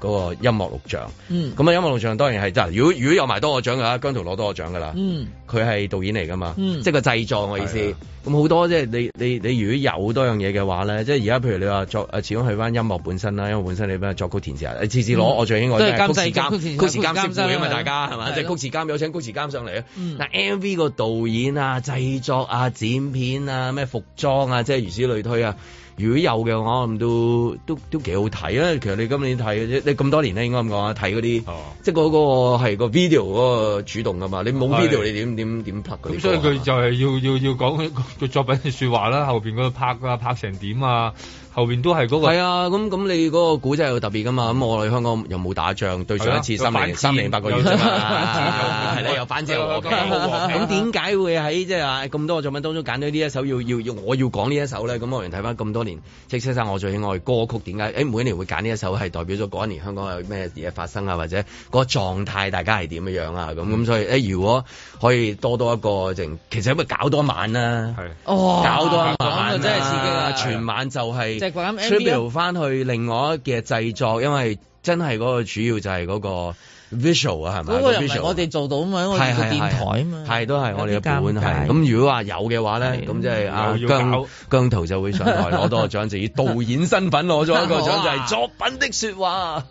嗰、個音樂錄像，像。
嗯
咁啊，音樂錄像當然係真係。如果如果有埋多個獎㗎啦，姜濤攞多個獎㗎啦。
嗯
佢係導演嚟㗎嘛，
嗯啊
即係個製作我意思。咁好多即係你你你如果有多樣嘢嘅話咧，即係而家譬如你話作呃誒，始終去翻音樂本身啦，因為本身你咩作曲填詞啊，你次次攞
嗯
我最興我
都係
真係
監製
曲詞
曲詞
監曲詞監
監
師
製
會啊嘛，
係
大家係嘛，
係
即
咯
係曲詞監有請曲詞監上嚟啊
嗯。
嗱 M V 個導演啊、製作啊、剪片啊、咩服裝啊，即係如此類推啊。如果有嘅話，我諗都都都幾好睇啊！其實你今年睇你你咁多年咧，應該咁講啊，睇嗰啲
哦
即係嗰個係個 video 嗰個主動噶嘛，你冇
係
video 你點點點拍嗰啲歌啊？
咁所以佢就係要要要講佢作品嘅説話啦，後邊嗰個拍啊拍成點啊，後邊都係嗰個
係啊，咁咁你嗰個古仔又特別噶嘛？咁我哋香港又冇打仗，對上一次
係啊
三
有反
年
戰
三年八個月啫嘛，
有
係啦，又反戰和平。
有有和平
咁點解會喺即係話咁多個作品當中揀到呢一首要要要我要講呢一首咧？咁我哋睇翻咁多年，即係車生我最喜愛歌曲點解？誒每一年會揀呢一首係代表咗嗰一年香港有咩嘢發生啊，或者嗰個狀態大家係點樣樣啊？咁咁所以誒，如果可以多多一個，淨其實因為搞多晚啦，
哦
搞多一
咁啊
晚
真係刺激啦
啦，全晚就係
就係講緊 MV 咯
tribute 翻去另外一嘅製作，因為真係嗰個主要就係嗰個 visual 啊，係咪？
嗰個又唔係
visual
我哋做到啊嘛，因為我哋
係
做
係
電台啊嘛。
嘛，係都係我哋
有
嘅本
啲尷尬
係。咁如果話有嘅話咧，咁即係啊
又要
姜
搞
姜濤就會上台攞多個獎，就以導演身份攞咗一個獎，就係 作品的説話。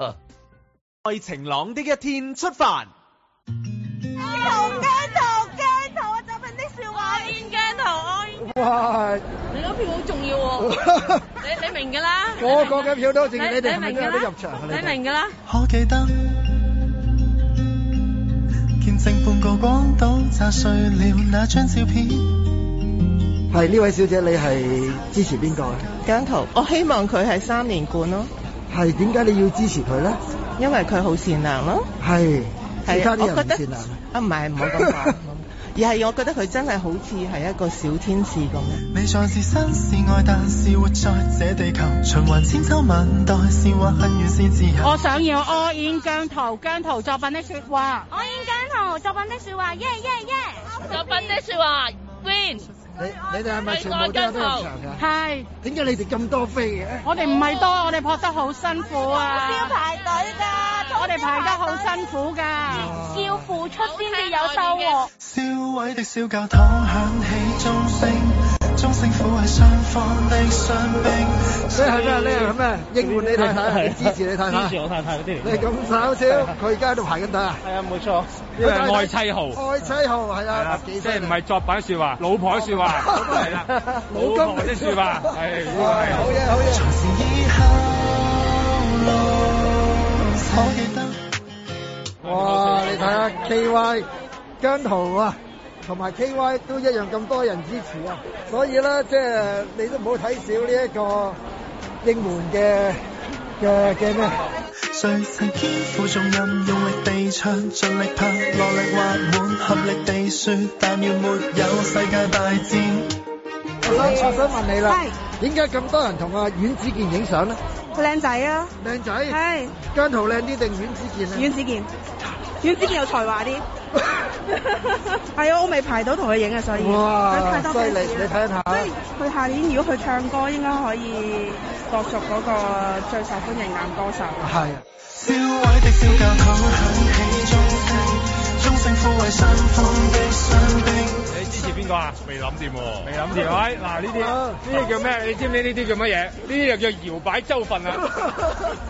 在晴朗的一天出發。
哇！
你嗰票好重 要喎，你你明㗎啦，
我個嘅票都正，你哋係
你
咪
明
都
㗎
有
啦
得入場啊？
你
哋
明㗎啦。
可記得，見證半個廣島砸碎了那張照片。
係呢位小姐，你係支持邊個啊嘅？
姜濤，我希望佢係三連冠咯，
係點解你要支持佢咧？
因為佢好善良咯。
係
係
其他
啊，
啲
我
人
覺
唔
得
善良。
啊，唔係唔好咁講，而係我覺得佢真係好似係一個小天使咁樣。
你像是生是愛，但是活在這地球，循環千秋萬代，是或恨與是自由。
我想要 all in 姜濤，姜濤作品的說話。
我應該同作品的說話，耶耶耶！作品的說話，win。
你你哋係咪全部都有得入場㗎？
係。
點解你哋咁多飛嘅？
我哋唔係多，我哋撲得好辛苦啊！
通宵排隊㗎
我哋排得好辛苦㗎。要付出先至有收穫。
燒毀的小教堂響起鐘聲，鐘聲撫慰雙方的傷兵。
你係咩？你係咩？應援你太太，你支持你太太，
支持我太太嗰啲嚟
你咁 搞笑，佢而家喺度排緊隊啊！係啊，冇錯，
呢個係愛妻號
愛妻號係
係啦
啊，
即係唔係作品説話，老婆説話，係啦，老婆的説話，係呢個係
好嘢好嘢。
我記得。
哇！你睇下 K Y 姜濤啊，同埋 K Y 都一樣咁多人支持啊，所以咧即係你都唔好睇少呢一個應援嘅嘅嘅咩？
誰曾肩負重任，用力地唱，盡力拍，落力畫滿，合力地説，但願沒有世界大戰。
我想我想問你啦，點解咁多人同阿阮子健影相咧？
靚仔啊！
靚仔，
係
姜濤靚啲定阮子健啊？
阮子健，阮子健有才 華啲。係啊，我未排到同佢影啊，所以
哇
佢太多
犀
fans
利
啦
你睇下
所以佢下年如果佢唱歌，應該可以角逐嗰個最受歡迎男歌手。
係。
燒毀的小教堂響起鐘聲，鐘聲撫慰雙方的傷兵。
你支持邊個啊？未諗掂喎，未諗掂。哎，嗱呢啲呢啲叫咩？你知唔知呢啲叫乜嘢？呢啲又叫搖擺州份啊！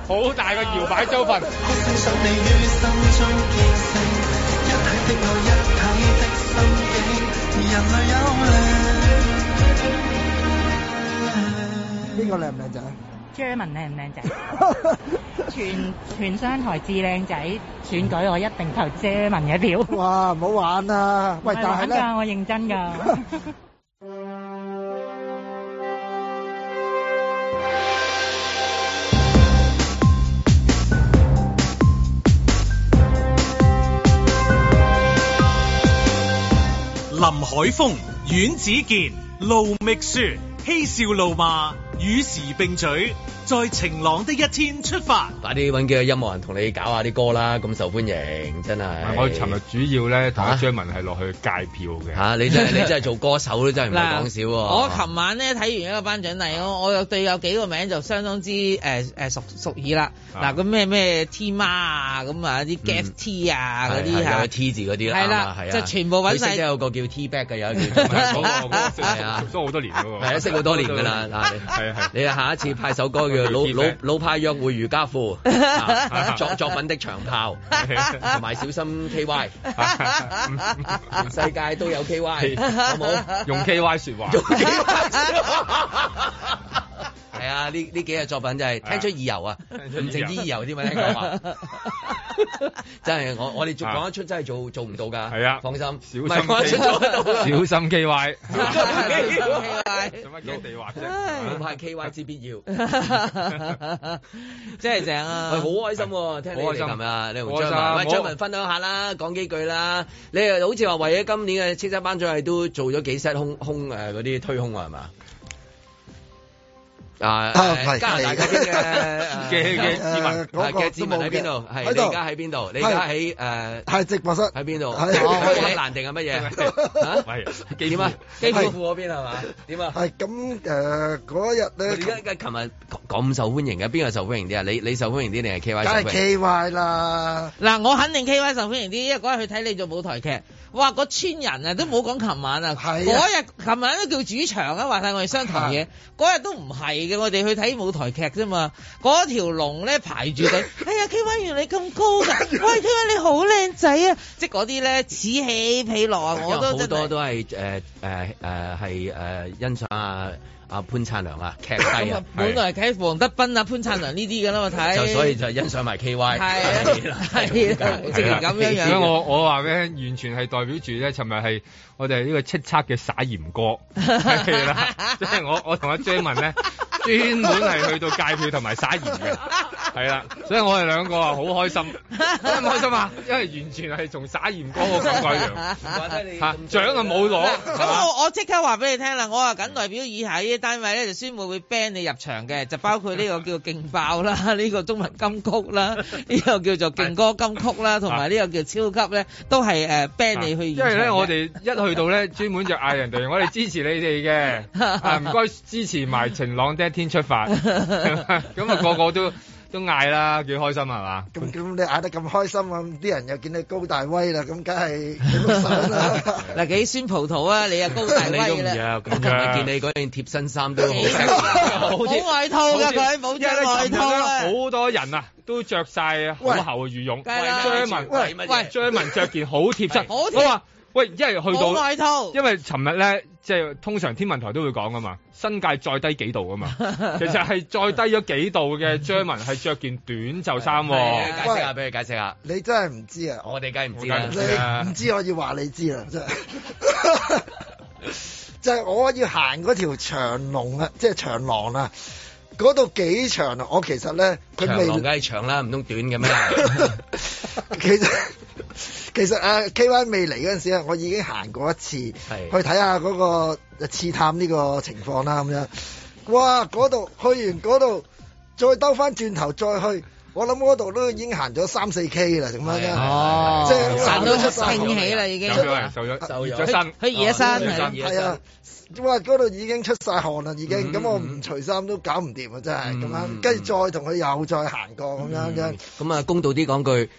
好大個搖擺州份。
想你於心中見證，一體的我，一體的心境，人類有力。
邊個靚唔靚仔？
Jerman 靚唔靚仔？ 全全商台至靚仔選舉，我一定投 Jerman 嘅票。
哇！唔好玩啊！喂，
唔係
但係
玩㗎，
咧，
我認真㗎。
林海峰、阮子健、盧覓雪嬉笑怒罵，與時並舉，在晴朗的一天出發。
快啲揾幾個音樂人同你搞下啲歌啦，咁受歡迎真係。
我尋日主要咧同阿張文係落去界票嘅。
嚇你真係你真係做歌手都真係唔係
嗱
講笑喎。
我琴晚咧睇完一個頒獎禮，我我又對有幾個名就相當之誒誒熟熟耳啦。
啊嗯
嗱，咁咩咩 T 媽啊，咁啊啲 Gas T 啊嗰啲
係
嚇
有 T 字嗰啲啦，
係
啱啊
啦
係，啊
就全部揾
佢識
晒
得。有個叫 T back 嘅，有一個叫 做係啊，
熟咗好多年嗰個
係啊，識好多年㗎 啦。嗱，你
係啊
你下一次派首歌叫老
T
老
back
老派約會瑜伽褲， 啊作作品的長炮，同埋小心 K Y，全 世界都有 K Y，好冇？
用 K Y 説話。
係啊，呢呢幾日作品就係 聽出耳油啊，
出耳
唔淨
油
止耳油添啊，聽講話。 真係我我哋做講得出真係做做唔到㗎，啊係啊，放心，小
小心 K-
做得到㗎。
小心 K Y。
做
乜驚地滑啫？
唔係 K Y 之必要，
真係正啊！
喂，好開心喎，聽你哋琴日你同張
好
文，
開
喂
心
張文分享下啦，講幾句啦。你又好似話為咗今年嘅叱咤頒獎禮都做咗幾 set 空空誒嗰啲推空啊，係嘛？啊，誒加拿大嗰邊嘅
嘅嘅
誒
志文
誒嘅志文喺邊度？係你而家喺邊度？你而家喺誒係直播室喺邊度？喺海蘭定係乜嘢？嚇點啊？基輔嗰邊係嘛？點啊？
係咁誒嗰一日
你而
咧，
家而家琴日咁受歡迎嘅，邊個受歡迎啲啊？你你受歡迎啲定係 K
梗
Y 受歡
係
迎？
K Y 啦。
嗱，我肯定 K Y 受歡迎啲，因為嗰日去睇你做舞台劇，哇！嗰村人啊，都冇講琴晚啊，嗰日琴晚都叫主場啊，話晒我哋商台嘢，嗰日都唔係嘅，我哋去睇舞台劇啫嘛，嗰條龍咧排 住隊，哎呀 K Y 原來你咁高㗎，喂 K Y 你好靚仔啊，即係嗰啲咧此起彼落啊，我都
哎好
真係
多。都係誒誒誒係誒欣賞啊啊潘燦良啊劇帝啊，
本來係睇黃德斌啊、潘燦良呢啲㗎啦嘛，睇
就所以就欣賞埋 K Y
係啊係啊直情咁樣
所以
樣。
我我話咧，完全係代表住咧，尋日係我哋呢個叱咤嘅撒鹽歌，係啦，即係我我同阿 j 文咧，專門係去到界票同埋撒鹽嘅， 係啦，所以我哋兩個啊好開心，開唔開心啊？因為完全係同撒 鹽歌個感覺一樣，嚇獎啊冇攞，
咁我我即刻話俾你聽啦，我話緊代表以下呢啲單位咧，就宣布會 ban 你入場嘅，就包括呢個叫勁爆 啦，呢、個中文金曲啦，呢、個叫做勁歌金曲啦，同埋呢個叫超級咧，都係誒 ban 你去現場
啊因
嘅。
為 咧，我哋一去到咧，專門就嗌人哋，我哋支持你 哋嘅，啊唔該支持埋晴朗的一天出發，咁啊個個都都嗌啦，幾開心係嘛？
咁咁你嗌得咁開心啊！啲人又見你高大威啦，咁梗係幾碌手啦。
嗱幾酸葡萄啊，你又高大
你都唔
威啦，
弱，咁琴日見你嗰件貼 身衫都好
冇外套㗎佢，冇
因為
着
咧
外套啊。
尋日咧好多人啊，都着晒好厚嘅羽絨。
梗係啦
張文，
喂喂
張文着件好貼身。
好貼
我話喂，因為去到
冇外套
因為尋日咧，即係通常天文台都會講噶嘛，新界再低幾度噶嘛， 其實係再低咗幾度 嘅張文係着件短袖衫喎。
解釋下俾佢解釋下，
你真係唔知啊！
我哋梗係唔知
我梗係唔知
啦
啦。
唔知我要話你知啦，真係。 就係我要行嗰條長龍啊，即係長廊啊，嗰度幾長啊！我其實咧，佢
長
未
廊梗係長啦，唔通短嘅咩？
其實其實啊，K Y 未嚟嗰陣時啊咧，我已經行過一次，去
哎
睇下嗰個呃刺探呢個情況啦咁樣。哇！嗰度去完嗰度，再兜翻轉頭再去，我諗嗰度都已經行咗三四 K 啦，咁樣啦。
哦
即係
行到
出晒
興起啦已經
受咗受咗受咗身，
佢熱
哦
身
係啊！哇！嗰度已經出晒汗啦，已
嗯
經咁我唔除衫都搞唔掂啊！真係咁樣，跟住再同佢又再行過咁樣樣。
咁啊，公道啲講句，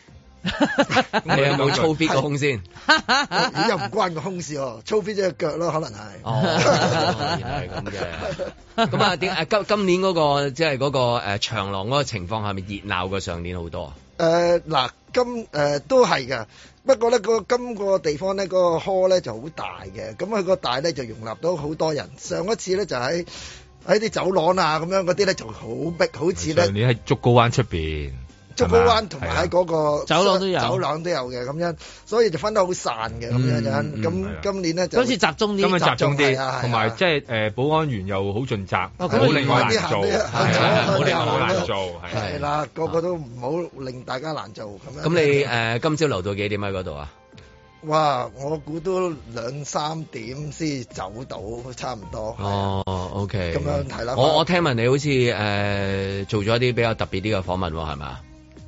你有冇操 fit 個胸先？
哦又唔關個胸事喎，操 fit 咗隻腳咯，可能係。
哦，原來係咁嘅。咁啊，點啊？今今年嗰個即係嗰個誒長廊嗰個情況係咪熱鬧過上年好多啊？
誒嗱，今誒都係㗎，不過咧個今個地方咧嗰個 hall 咧就好大嘅，咁佢個大咧就容納到好多人。上一次咧就喺喺啲走廊啊咁樣嗰啲咧就好逼，好似咧
上年喺竹篙灣出邊，
竹篙灣同埋喺嗰個
走廊都有
走廊都有嘅咁樣，所以就分得好散嘅咁樣
嗯
樣。
嗯係
咁
啊
今年咧就
今日集中
係啊係
啲，
啊
同埋即係誒保安員又好盡責，
哦
唔
咁
好令我難
啲行
做，
啲行
係啊
咗
唔好令
行
我
咗
難做，
係
係
啦，個個都唔好令大家難做咁樣。
咁你誒今朝留到幾點喺嗰度啊？
誒、哇！我估都兩三點先走到，差唔多。
哦
啊
，OK，
咁樣係啦
我我聽聞你好似誒、呃做咗一啲比較特別啲嘅訪問喎，係嘛？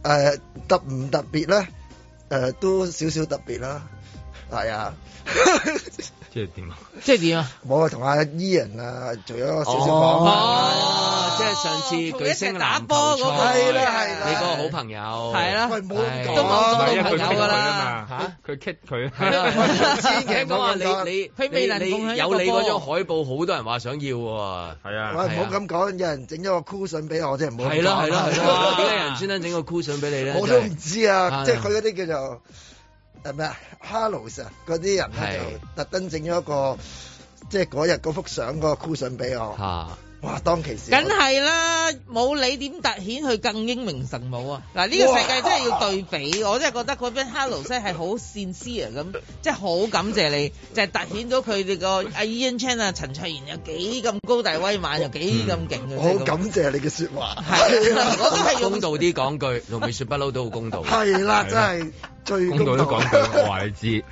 誒、特唔特別咧？誒、都少少特別啦，係 啊。
即係點啊？
即係點 啊？
我同阿伊人啊做咗少少訪問。啊
哦，即係上次巨星打波
嗰個係啦係啦
你嗰個好朋友
係啦喂
冇咁
係
講啊
唔係因為佢啊
朋友㗎啦
嘛，佢 kick 佢。啊
係啊啦千祈唔好話
唔好咁講
你你
佢未能
你
共享一
你
個
有
波
你嗰張海報，好多人話想要喎。
係
喂，
啊
唔好咁講，有人整咗個 cushion 俾我，即係唔好咁講。啊
係啦係啦係 啦，點解有人專登整個 cushion 俾你咧？
我都唔知啊，即係佢嗰啲叫做誒咩啊 Harlows 啊嗰啲人咧就特登整咗一個，即係嗰日嗰幅相嗰個 cushion 俾我。
嚇！
哇！當其時我，
梗係啦，冇你點突顯佢更英明神武啊！嗱，呢個世界真係要對比，我真係覺得嗰班 Hello 真係好 sincere 咁，即係好感謝你，就係、突顯到佢哋個阿 Ian Chan 啊、陳卓賢有幾咁高大威猛，又幾咁勁嘅。
我好感謝你嘅説話。
係啊我都係用
公道啲講句，同美雪不嬲都好公道。
係啦，真係最
公道都講句，我話你 知。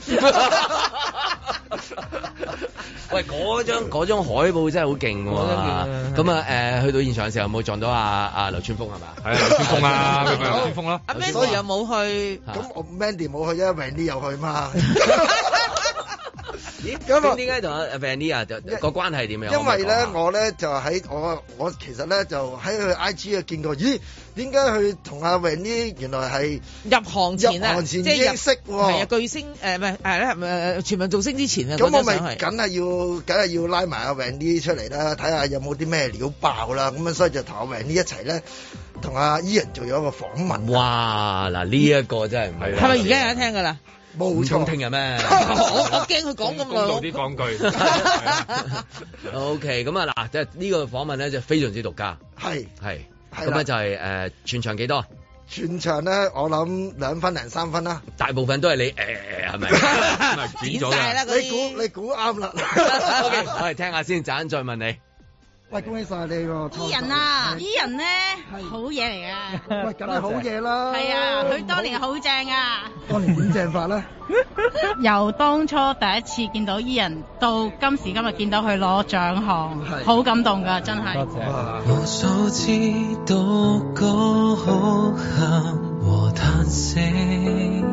喂，嗰張嗰張海報真係好勁喎！咁啊誒，去到現場嘅時候有冇撞到阿阿劉川峰係嘛？
係 劉川峰啊
劉
佢咪劉川峰咯
阿 Mandy 有冇去？
咁我 Mandy 冇去，因為 Mandy 有去 嘛。
咦？
咁啊
咁點解同阿 Vania 就個關係點樣？
因為咧，我咧就喺我我其實咧就喺佢 I G 啊見過，咦？點解佢同阿 Van 呢原來係
入行前啊，
入行前
即
已
係入
經識
係啊，
喎？
巨星誒唔係誒誒全民造星之前啊，
咁我
嗰張
咪
相係
梗係要梗係要拉埋阿 Van 呢出嚟啦，睇下有冇啲咩料爆啦。咁啊，所以就同阿 Van 呢一齊咧，同阿 Ian 做咗一個訪問。
哇！嗱，呢一個真係唔係
係咪而家有得聽㗎啦？
冇
錯
聽 日咩？
我
啊
我驚佢講咁耐， 我
講句。
O K，咁啊嗱，即係呢個訪問咧就非常之獨家，
係
係
係
咁
啦
咧就係誒全場幾多？
全場咧，我諗兩分零三分啦。
大部分都係你誒呃係 咪？啊剪咗㗎。
你估你 估啱啦。
O K，我哋聽下先，陣間再問你。
喂，恭喜晒你喎！
伊人啊，伊人咧好嘢嚟噶，
喂，梗係好嘢啦！
係啊，佢當年好正啊，
當年點正法咧？
由當初第一次見到伊人到今時今日見到佢攞獎項，好感動噶，真係。
無數次獨歌哭喊和嘆息。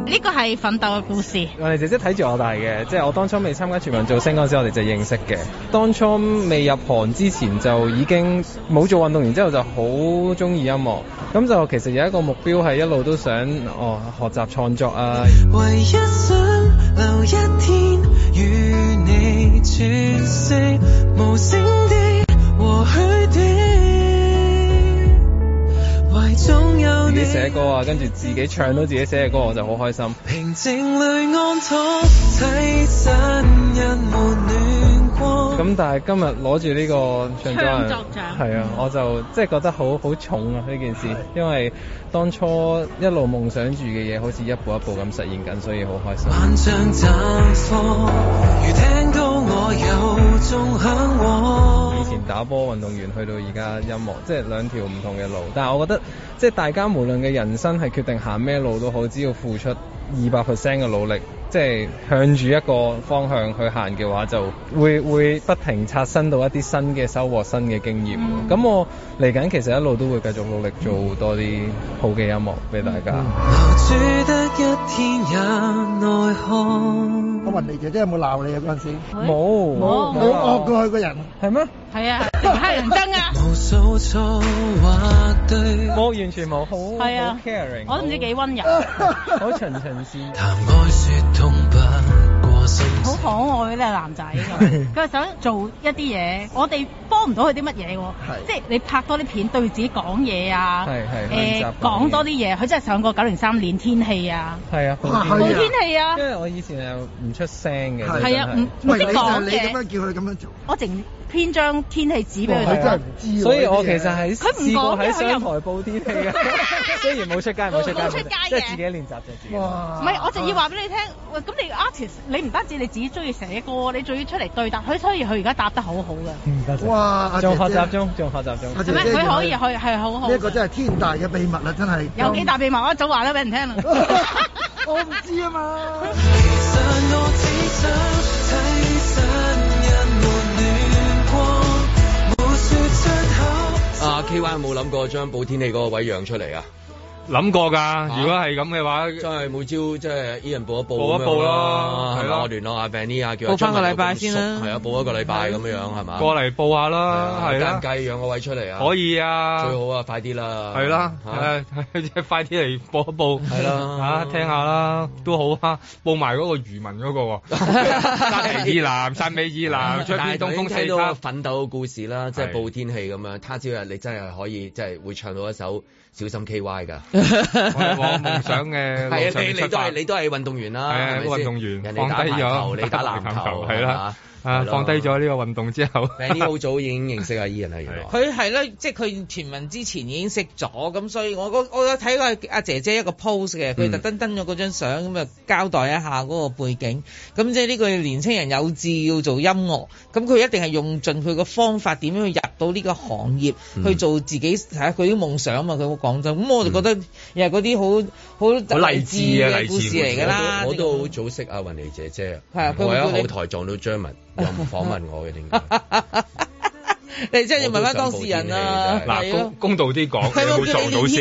呢個係奮鬥嘅故事。
我哋姐姐睇住我大嘅，即係我當初未參加全民造星嗰陣時，我哋就認識嘅。當初未入行之前就已經冇做運動員，之後就好中意音樂。咁就其實有一個目標係一路都想哦學習創作啊。
唯一想留一天與你喘息，無聲的和虛的，懷中有
自己
你。
寫歌啊，跟住自己唱到自己寫嘅歌，我就好開心。
平靜裏安躺，睇散人沒暖光。
咁但係今日攞住呢個唱作
唱
人
作獎
係啊，我就即係覺得好好重啊呢件事，因為當初一路夢想住嘅嘢，好似一步一步咁實現緊，所以好開心。
幻象綻放，如聽到我有種向往。
以前打波運動員去到而家音樂，即係兩條唔同嘅路。但係我覺得，即係大家無論嘅人生係決定行咩路都好，只要付出二百 percent 嘅努力，即係向住一個方向去行嘅話，就會會不停刷新到一啲新嘅收穫、新嘅經驗。
嗯
咁、我嚟緊其實一路都會繼續努力做多啲好嘅音樂俾大家。
嗯住得一天也內
行。我問你姐姐有冇鬧你啊？嗰陣時
冇冇
冇惡過佢個人
係咩？
係啊，同黑人憎啊！
無數錯或對，
我完全冇好
係啊
好 caring，
我都唔知幾温柔，
好循循善
談愛説痛不過心死。
好可愛咧男仔咁。佢係想做一啲嘢，我哋幫唔到佢啲乜嘢喎。即係你拍多啲片，對自己講嘢啊，
係係練習
誒講多啲嘢。佢真係上過九零三練天氣啊，
係啊，
哇
好
好天氣啊
因為我以前係唔出聲嘅，
係啊，唔唔
真
識
係
講
你
嘅
咁。樣叫佢咁樣做，
我淨編張天氣紙俾佢
哇
睇，
真係唔知喎所以我其實喺
佢唔
試
講
過
嘅，
喺
佢又
商
唔
台報天氣啊， 雖然冇出街冇出街，
冇出街嘅
即係自己練習就自 己。
唔係，我就要話俾你聽，喂，咁你 artist，你唔單止你自己中意寫歌，你仲要出嚟對答。佢所以佢而家答得好好嘅，
唔得
哇阿姐
仲
姐
學習中，仲學習中。
阿姐
係咪？
姐
佢可以去係好好
呢。一個真係天大嘅秘密啦，真係
有幾大秘密，我一早話咗俾人聽啦。
我唔知啊嘛。
我我只想睇身一抹暖光，沒說出口。
啊，K Y 有冇諗過將寶天氣嗰個位讓出嚟啊？
諗過㗎，如果係咁嘅話，
真係每朝即係一人報一報，
報一報咯
啦，啊係
係
咪
咯
我聯絡下 Vanny 啊，叫
報返個禮拜先啦
係啊，報一個禮拜咁樣樣係嘛？
過嚟報下啦，係
係啊，
啦
介唔介意讓個位出嚟啊？
可以啊
最好啊，快啲啦，
係啦，
嚇
誒即係快啲嚟報一報，
係啦
嚇聽下啦，都好啊，報埋嗰個漁民嗰 個喎，汕尾以南、汕尾以
嗯
南，出邊啊東風四
聽到
級。
奮鬥故事啦，即係
係
報天氣咁樣。他朝日你真係可以，即係會唱到一首《小心 K Y》㗎。
哋往夢想嘅 路
係啊，
上
你
出
你都
發
係你都係運動員啦，
係啊
係咪先
運動員
人哋打
放低
排
咗
球，你打籃球，
係啦
係嘛
啊，放低。咗呢個運動之後
Benny 好早已經認識阿 Ian 啦，原來。
佢係咧，即係佢傳聞之前已經識咗，咁所以我嗰我有睇過阿姐姐一個 post 嘅，佢
嗯
特登登咗嗰張相咁啊，交代一下嗰個背景。咁即係呢個年青人有志要做音樂，咁佢一定係用盡佢個方法點樣去入到呢個行業、
嗯
去做自己睇下佢啲夢想啊嘛。佢好講真，咁我就覺得又係嗰啲好好
好勵志啊！勵
嘅
志
故事嚟㗎啦
啊我。都我都好早識阿雲妮姐姐
係啊
啊！
佢會
我
叫
喺
你
後台撞到張文，又唔訪問我嘅點解？
你真係要啊問翻當事人啊，係
嗱，
咯
公。公道啲講，
佢
你
冇
會
叫
撞
你
到
練
先，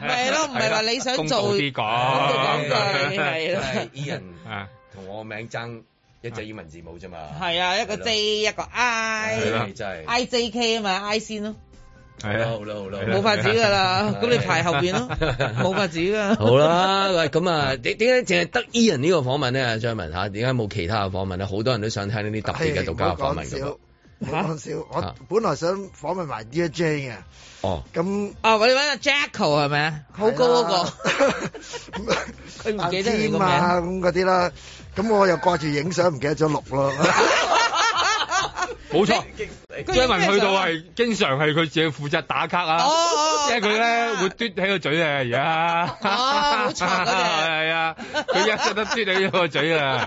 咪係咯唔係話你想
公道
做
啲講，
公道啲講你係咯
係 Ian
啊
同我名爭一隻英文字母啫嘛。
係啊，一個 J 一個 I，
係啦真係
I J K 啊嘛，I 先咯，
係
啊
啦，好啦，好啦，啊
冇法子㗎啦，咁你排後邊 咯，冇啊法子
啊
㗎。
好，啦，喂，咁啊，點點解淨係得 Ian 呢個訪問咧？張文嚇，點解冇其他嘅訪問咧？好多人都想聽呢啲特別嘅獨家訪問㗎啊噃。
唔好講笑，
啊
我本來想訪問埋 Dear Jane 嘅，
哦，
咁
啊，我哋揾阿 Jacko 係咪啊？好高嗰個，佢唔記得你個
阿
名。
Tim 啊咁嗰啲啦，咁我又掛住影相，唔記得咗錄咯。
冇錯。張文去到
係
係經常係佢自己負責打卡啊
哦哦，
即係佢咧會嘟起個嘴啊，而家
哦冇錯嗰隻
係啊，佢一直都嘟起咗個嘴啊，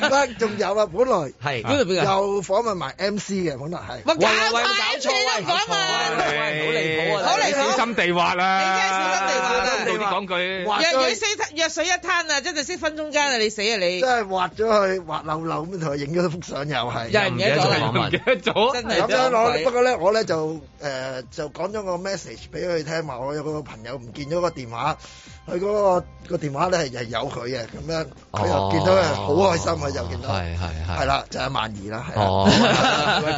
嗱，仲有啊，本來
係
本來邊個
又訪問埋 MC 嘅，本來係。
喂
喂
喂喂，搞錯喂，搞錯喂，好離譜啊！好離
你
譜，
小心地滑啦，
你真係小心地滑啦
講句
若若水若水一灘啊，真係識分中間啊！你死啊你！
真係畫咗佢畫漏漏咁，同佢影咗幅相又係，
又係唔記得咗啦
唔記得
啊
咗，
真
咁樣攞，不過咧，我咧就誒、呃就講咗個 message 俾佢聽，話我有個朋友唔見咗個電話，佢嗰、個個電話咧係係有佢嘅，咁樣佢又見到佢好開心啊，又見到
係係係
係啦，就係萬兒啦，係啦，
哦，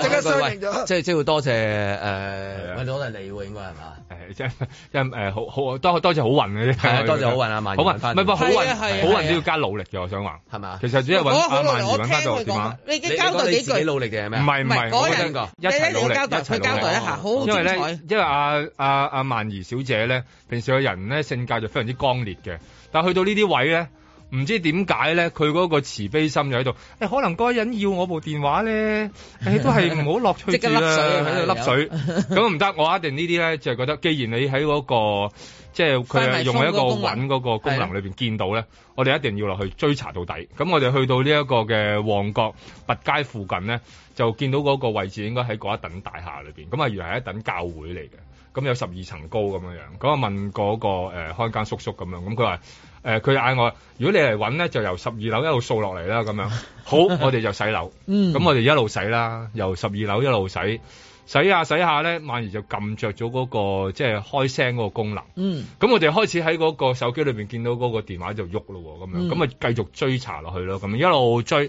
即刻
喂喂
相認咗
即係即係要多謝誒，
啊
喂，多謝你喎，應該係嘛？
誒即係即係誒好好多多謝好運嘅啫，
係啊多謝好運啊萬兒
好運
翻
唔
嚟
係不過好
係啊
運，
係啊
好運都要加努力嘅，我想話
係嘛
其實只係揾
我
阿
好努
萬
力
兒
我
揾
聽
翻個
佢
電
講
話。，
你嘅交代幾句。
自己努力定係咩啊？
唔係唔係
嗰
我
人
聽過
你
一
咧
齊努
你
力，
交代
一齊
佢交
努力
代一下好
因
精
為
彩
咧，因為阿阿阿萬兒小姐咧，平時個人咧性格就非常之剛烈嘅，但去到呢啲位咧。唔知點解咧，佢嗰個慈悲心就喺度。誒、可能嗰個人要我部電話咧，誒、都係唔好
啊
落去
即
住
刻
啦，
甩水啊
喺度笠 水。咁唔得，我一定呢啲咧就係覺得，既然你喺嗰、個即係佢係用一個揾嗰個功能裏邊見到咧，我哋一定要落去追查到底。咁我哋去到呢一個嘅旺角拔街附近咧，就見到嗰個位置應該喺嗰一等大廈裏邊，咁啊原來係一等教會嚟嘅。咁有十二層高咁樣樣，咁我問嗰、個、呃、看更叔叔咁樣，咁佢話誒佢嗌我，如果你嚟揾咧，就由十二樓一路掃落嚟啦，咁樣好，我哋就洗樓，咁、
嗯
我哋一路洗啦，由十二樓一路洗，洗下洗下咧，萬兒就撳着咗嗰個即係開聲嗰個功能。
嗯，
咁我哋開始喺嗰個手機裏邊見到嗰個電話就喐咯喎，咁樣
嗯
咁啊繼續追查落去咯，咁樣一路追，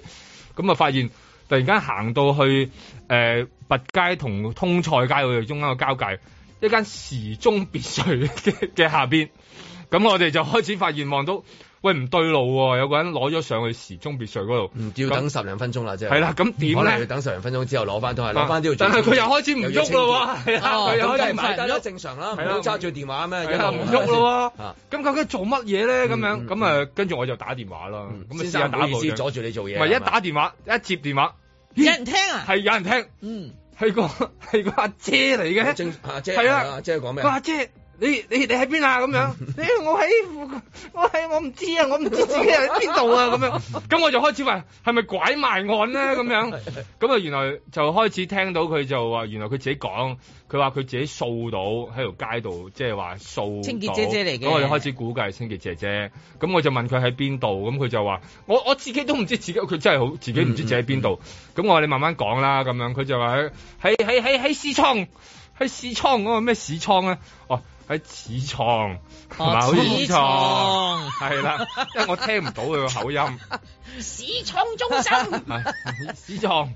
咁啊發現突然間行到去誒、呃、拔街同通菜街佢哋中間個交界，一間時鐘別墅嘅嘅下邊，咁我哋就開始發現望到。喂，唔對路喎、有個人攞咗上去時鐘別墅嗰度，
唔要等十零分鐘啦，即係
係啦，咁點
可能
咧啊
要？等十零分鐘之後攞翻都係攞翻都要做
但係
清潔。
佢又開始唔喐咯喎，
又要清潔哦
係啦，佢又
咁梗係
開始
唔得啦，正常啦，唔
係啦
好揸住電話咩，
係啦，
一路
唔喐咯
啊嗯
喎。咁究竟做乜嘢咧？咁樣咁啊，跟住我就打電話啦。咁啊，
先
試
生
下
唔好
打
意
部
思
啫
阻住你做嘢
唔係
係
一
嘛
打電話，一接電話，
有人聽啊？
係有人聽，
嗯，
係個係個阿姐嚟嘅，
阿姐
係
阿
啊，
姐講咩啊
個阿姐。
你你你喺邊啊？咁樣，你我喺我喺我唔知啊，我唔知自己喺邊度啊，咁樣。
咁我就開始話係咪拐賣案咧？咁 樣，咁啊原來就開始聽到佢就話，原來佢自己講，佢話佢自己掃到喺條街度，即係話掃
清潔
到
姐姐嚟嘅
咁我就開始估計係清潔姐姐，咁我就問佢喺邊度，咁佢就話我我自己都唔知自己，佢真係好自己唔知自己喺
嗯
邊度。咁我話你慢慢講啦，咁樣佢就話喺喺喺喺喺市倉，喺市倉嗰個咩市倉咧？哦，喺市倉
哦
係嘛？好似市
市
倉
倉
係啦，因為我聽唔到佢個口音。
市創中心。
市創，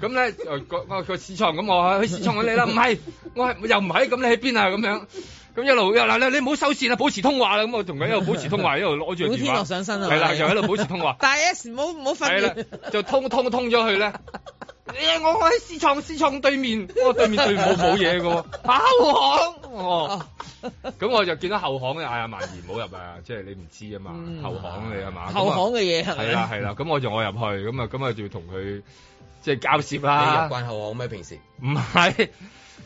咁咧誒個個個市創，咁我哎去市創揾你啦，唔係，我係又唔係，咁你喺邊啊？咁樣，咁一路嗱嗱你唔好收線啦，保持通話啦，咁我同佢一路保持通話，一路攞住個
古
電
天
話，
樂上身啊！，
係啦，又喺度保持通話
大 S 唔好唔好
係啦
瞓，
就通通通咗去咧。誒哎我我喺市創市創對面，我對面對面冇冇嘢嘅喎，啊後巷哦，咁我就見到後巷咧，嗌阿曼怡唔好入啊，即係你唔知啊嘛，後巷你係嘛？
後巷嘅嘢係咪
係啦係啦，咁我就我入去，咁啊咁啊就要同佢即係交涉啦。
你入慣後巷咩？平時
唔係，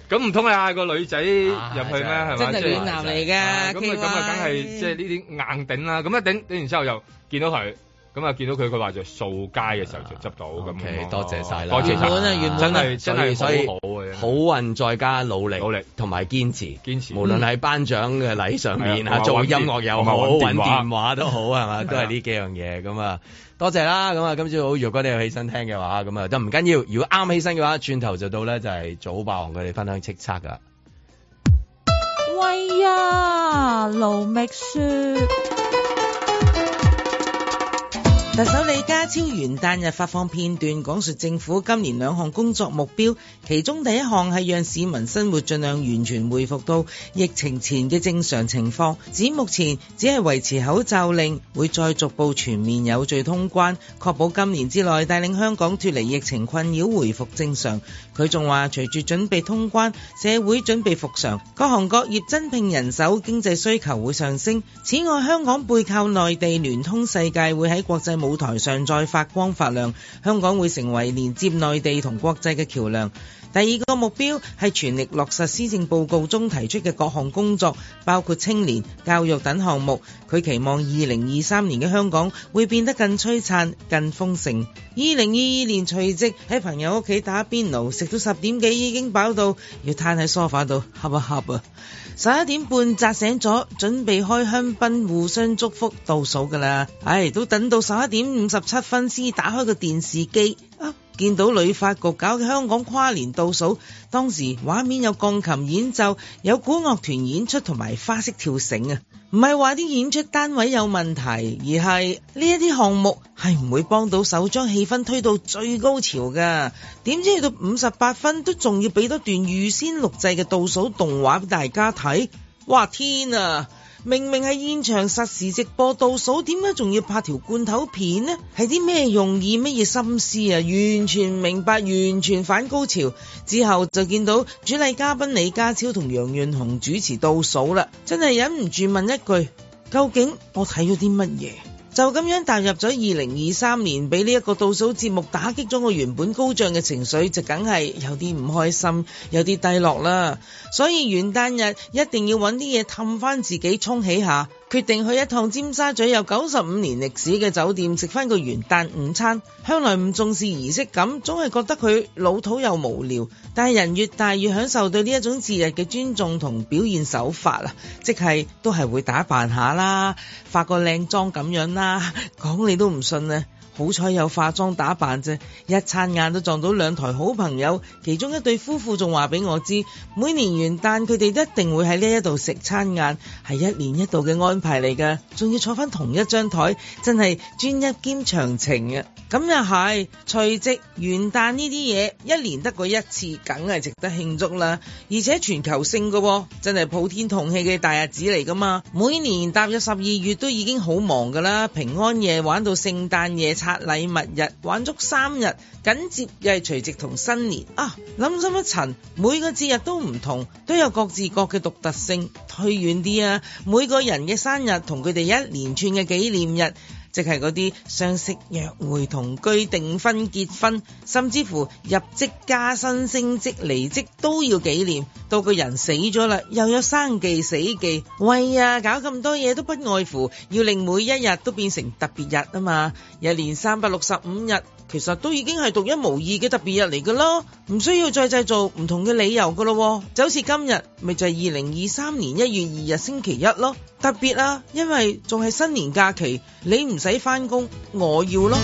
咁唔通你嗌個女仔入去咩？係咪？
真係暖男嚟㗎
啊
KY
咁啊咁啊，梗係即係呢啲硬頂啦。咁一頂頂完之後又見到佢。咁啊，見到佢佢話就掃街嘅時候就執到咁。
OK，多謝晒啦，
多謝晒，
啊
真係
所
真
以
係
所以
好好嘅。
好運再加努力，努力同埋堅持，堅
持
無論喺頒獎嘅禮上面
係啊
啊，做音樂又好，
同
揾
埋揾電話啊
電話都好，係嘛，都係呢幾樣嘢咁啊。多謝啦，咁啊，今朝好，若果你有起身聽嘅話，咁啊，都唔緊要。如果啱起身嘅話，轉頭就到咧，就係早霸王佢哋分享叱咤噶。
喂呀，盧覓雪。
特首李家超元旦日發放片段，講述政府今年兩項工作目標，其中第一項係讓市民生活盡量完全恢復到疫情前嘅正常情況，指目前只係維持口罩令，會再逐步全面有序通關，確保今年之內帶領香港脱離疫情困擾，回復正常。佢仲話，隨住準備通關，社會準備復常，各行各業增聘人手，經濟需求會上升。此外，香港背靠內地聯通世界，會喺國際舞台上再發光發亮。香港會成為連接內地同國際嘅橋梁。第二個目標係全力落實施政報告中提出嘅各項工作，包括青年、教育等項目。佢期望二零二三年嘅香港會變得更璀璨、更豐盛。二零二二年除夕喺朋友屋企打邊爐，食到十點幾已經飽到要攤喺梳化度瞌一瞌啊！十一點半扎醒咗，準備開香檳互相祝福倒數㗎啦。唉，都等到十一點五十七分先打開個電視機啊！見到旅發局搞嘅香港跨年倒數，當時畫面有鋼琴演奏、有古樂團演出同埋花式跳繩啊！唔係話啲演出單位有問題，而係呢一啲項目係唔會幫到手將氣氛推到最高潮㗎。點知去到五十八分都仲要俾多段預先錄製嘅倒數動畫俾大家睇，哇天啊！明明係現場實時直播倒數，點解仲要拍條罐頭片呢？係啲咩用意、乜嘢心思啊？完全唔明白，完全反高潮。之後就見到主禮嘉賓李家超同楊潤雄主持倒數啦，真係忍唔住問一句：究竟我睇咗啲乜嘢？就咁樣踏入咗二零二三年，俾呢一個倒數節目打擊咗我原本高漲嘅情緒，就梗係有啲唔開心，有啲低落啦。所以元旦日一定要揾啲嘢氹翻自己，沖起下。決定去一趟尖沙咀有九十五年歷史嘅酒店食翻個元旦午餐。向來唔重視儀式感，總係覺得佢老土又無聊。但係人越大越享受對呢一種節日嘅尊重同表現手法啊，即係都係會打扮下啦，化個靚妝咁樣啦， 講你都唔信啊！好彩有化妝打扮啫，一餐晏都撞到兩台好朋友，其中一對夫婦仲話俾我知，每年元旦佢哋一定會喺呢一度食餐晏，係一年一度嘅安排嚟㗎，仲要坐翻同一張台，真係專一兼長情啊！咁又係，除夕元旦呢啲嘢一年得過一次，梗係值得慶祝啦，而且全球性㗎喎，真係普天同慶嘅大日子嚟㗎嘛！每年踏入十二月都已經好忙㗎啦，平安夜玩到聖誕夜拆禮物日，玩足三日，緊接又係除夕同新年啊！諗深一層，每個節日都唔同，都有各自各嘅獨特性。推遠啲啊，每個人嘅生日同佢哋一連串嘅紀念日。即係嗰啲相識、約會、同居、訂婚、結婚，甚至乎入職、加薪、升職、離職都要紀念。到個人死咗啦，又有生忌死忌，喂呀，搞咁多嘢都不外乎要令每一日都變成特別日啊嘛。一年三百六十五日，其實都已經係獨一無二嘅特別日嚟㗎咯，唔需要再製造唔同嘅理由㗎咯。就好似今日，咪就係二零二三年一月二日星期一咯，特別啊，因為仲係新年假期，你唔使返工，我要咯。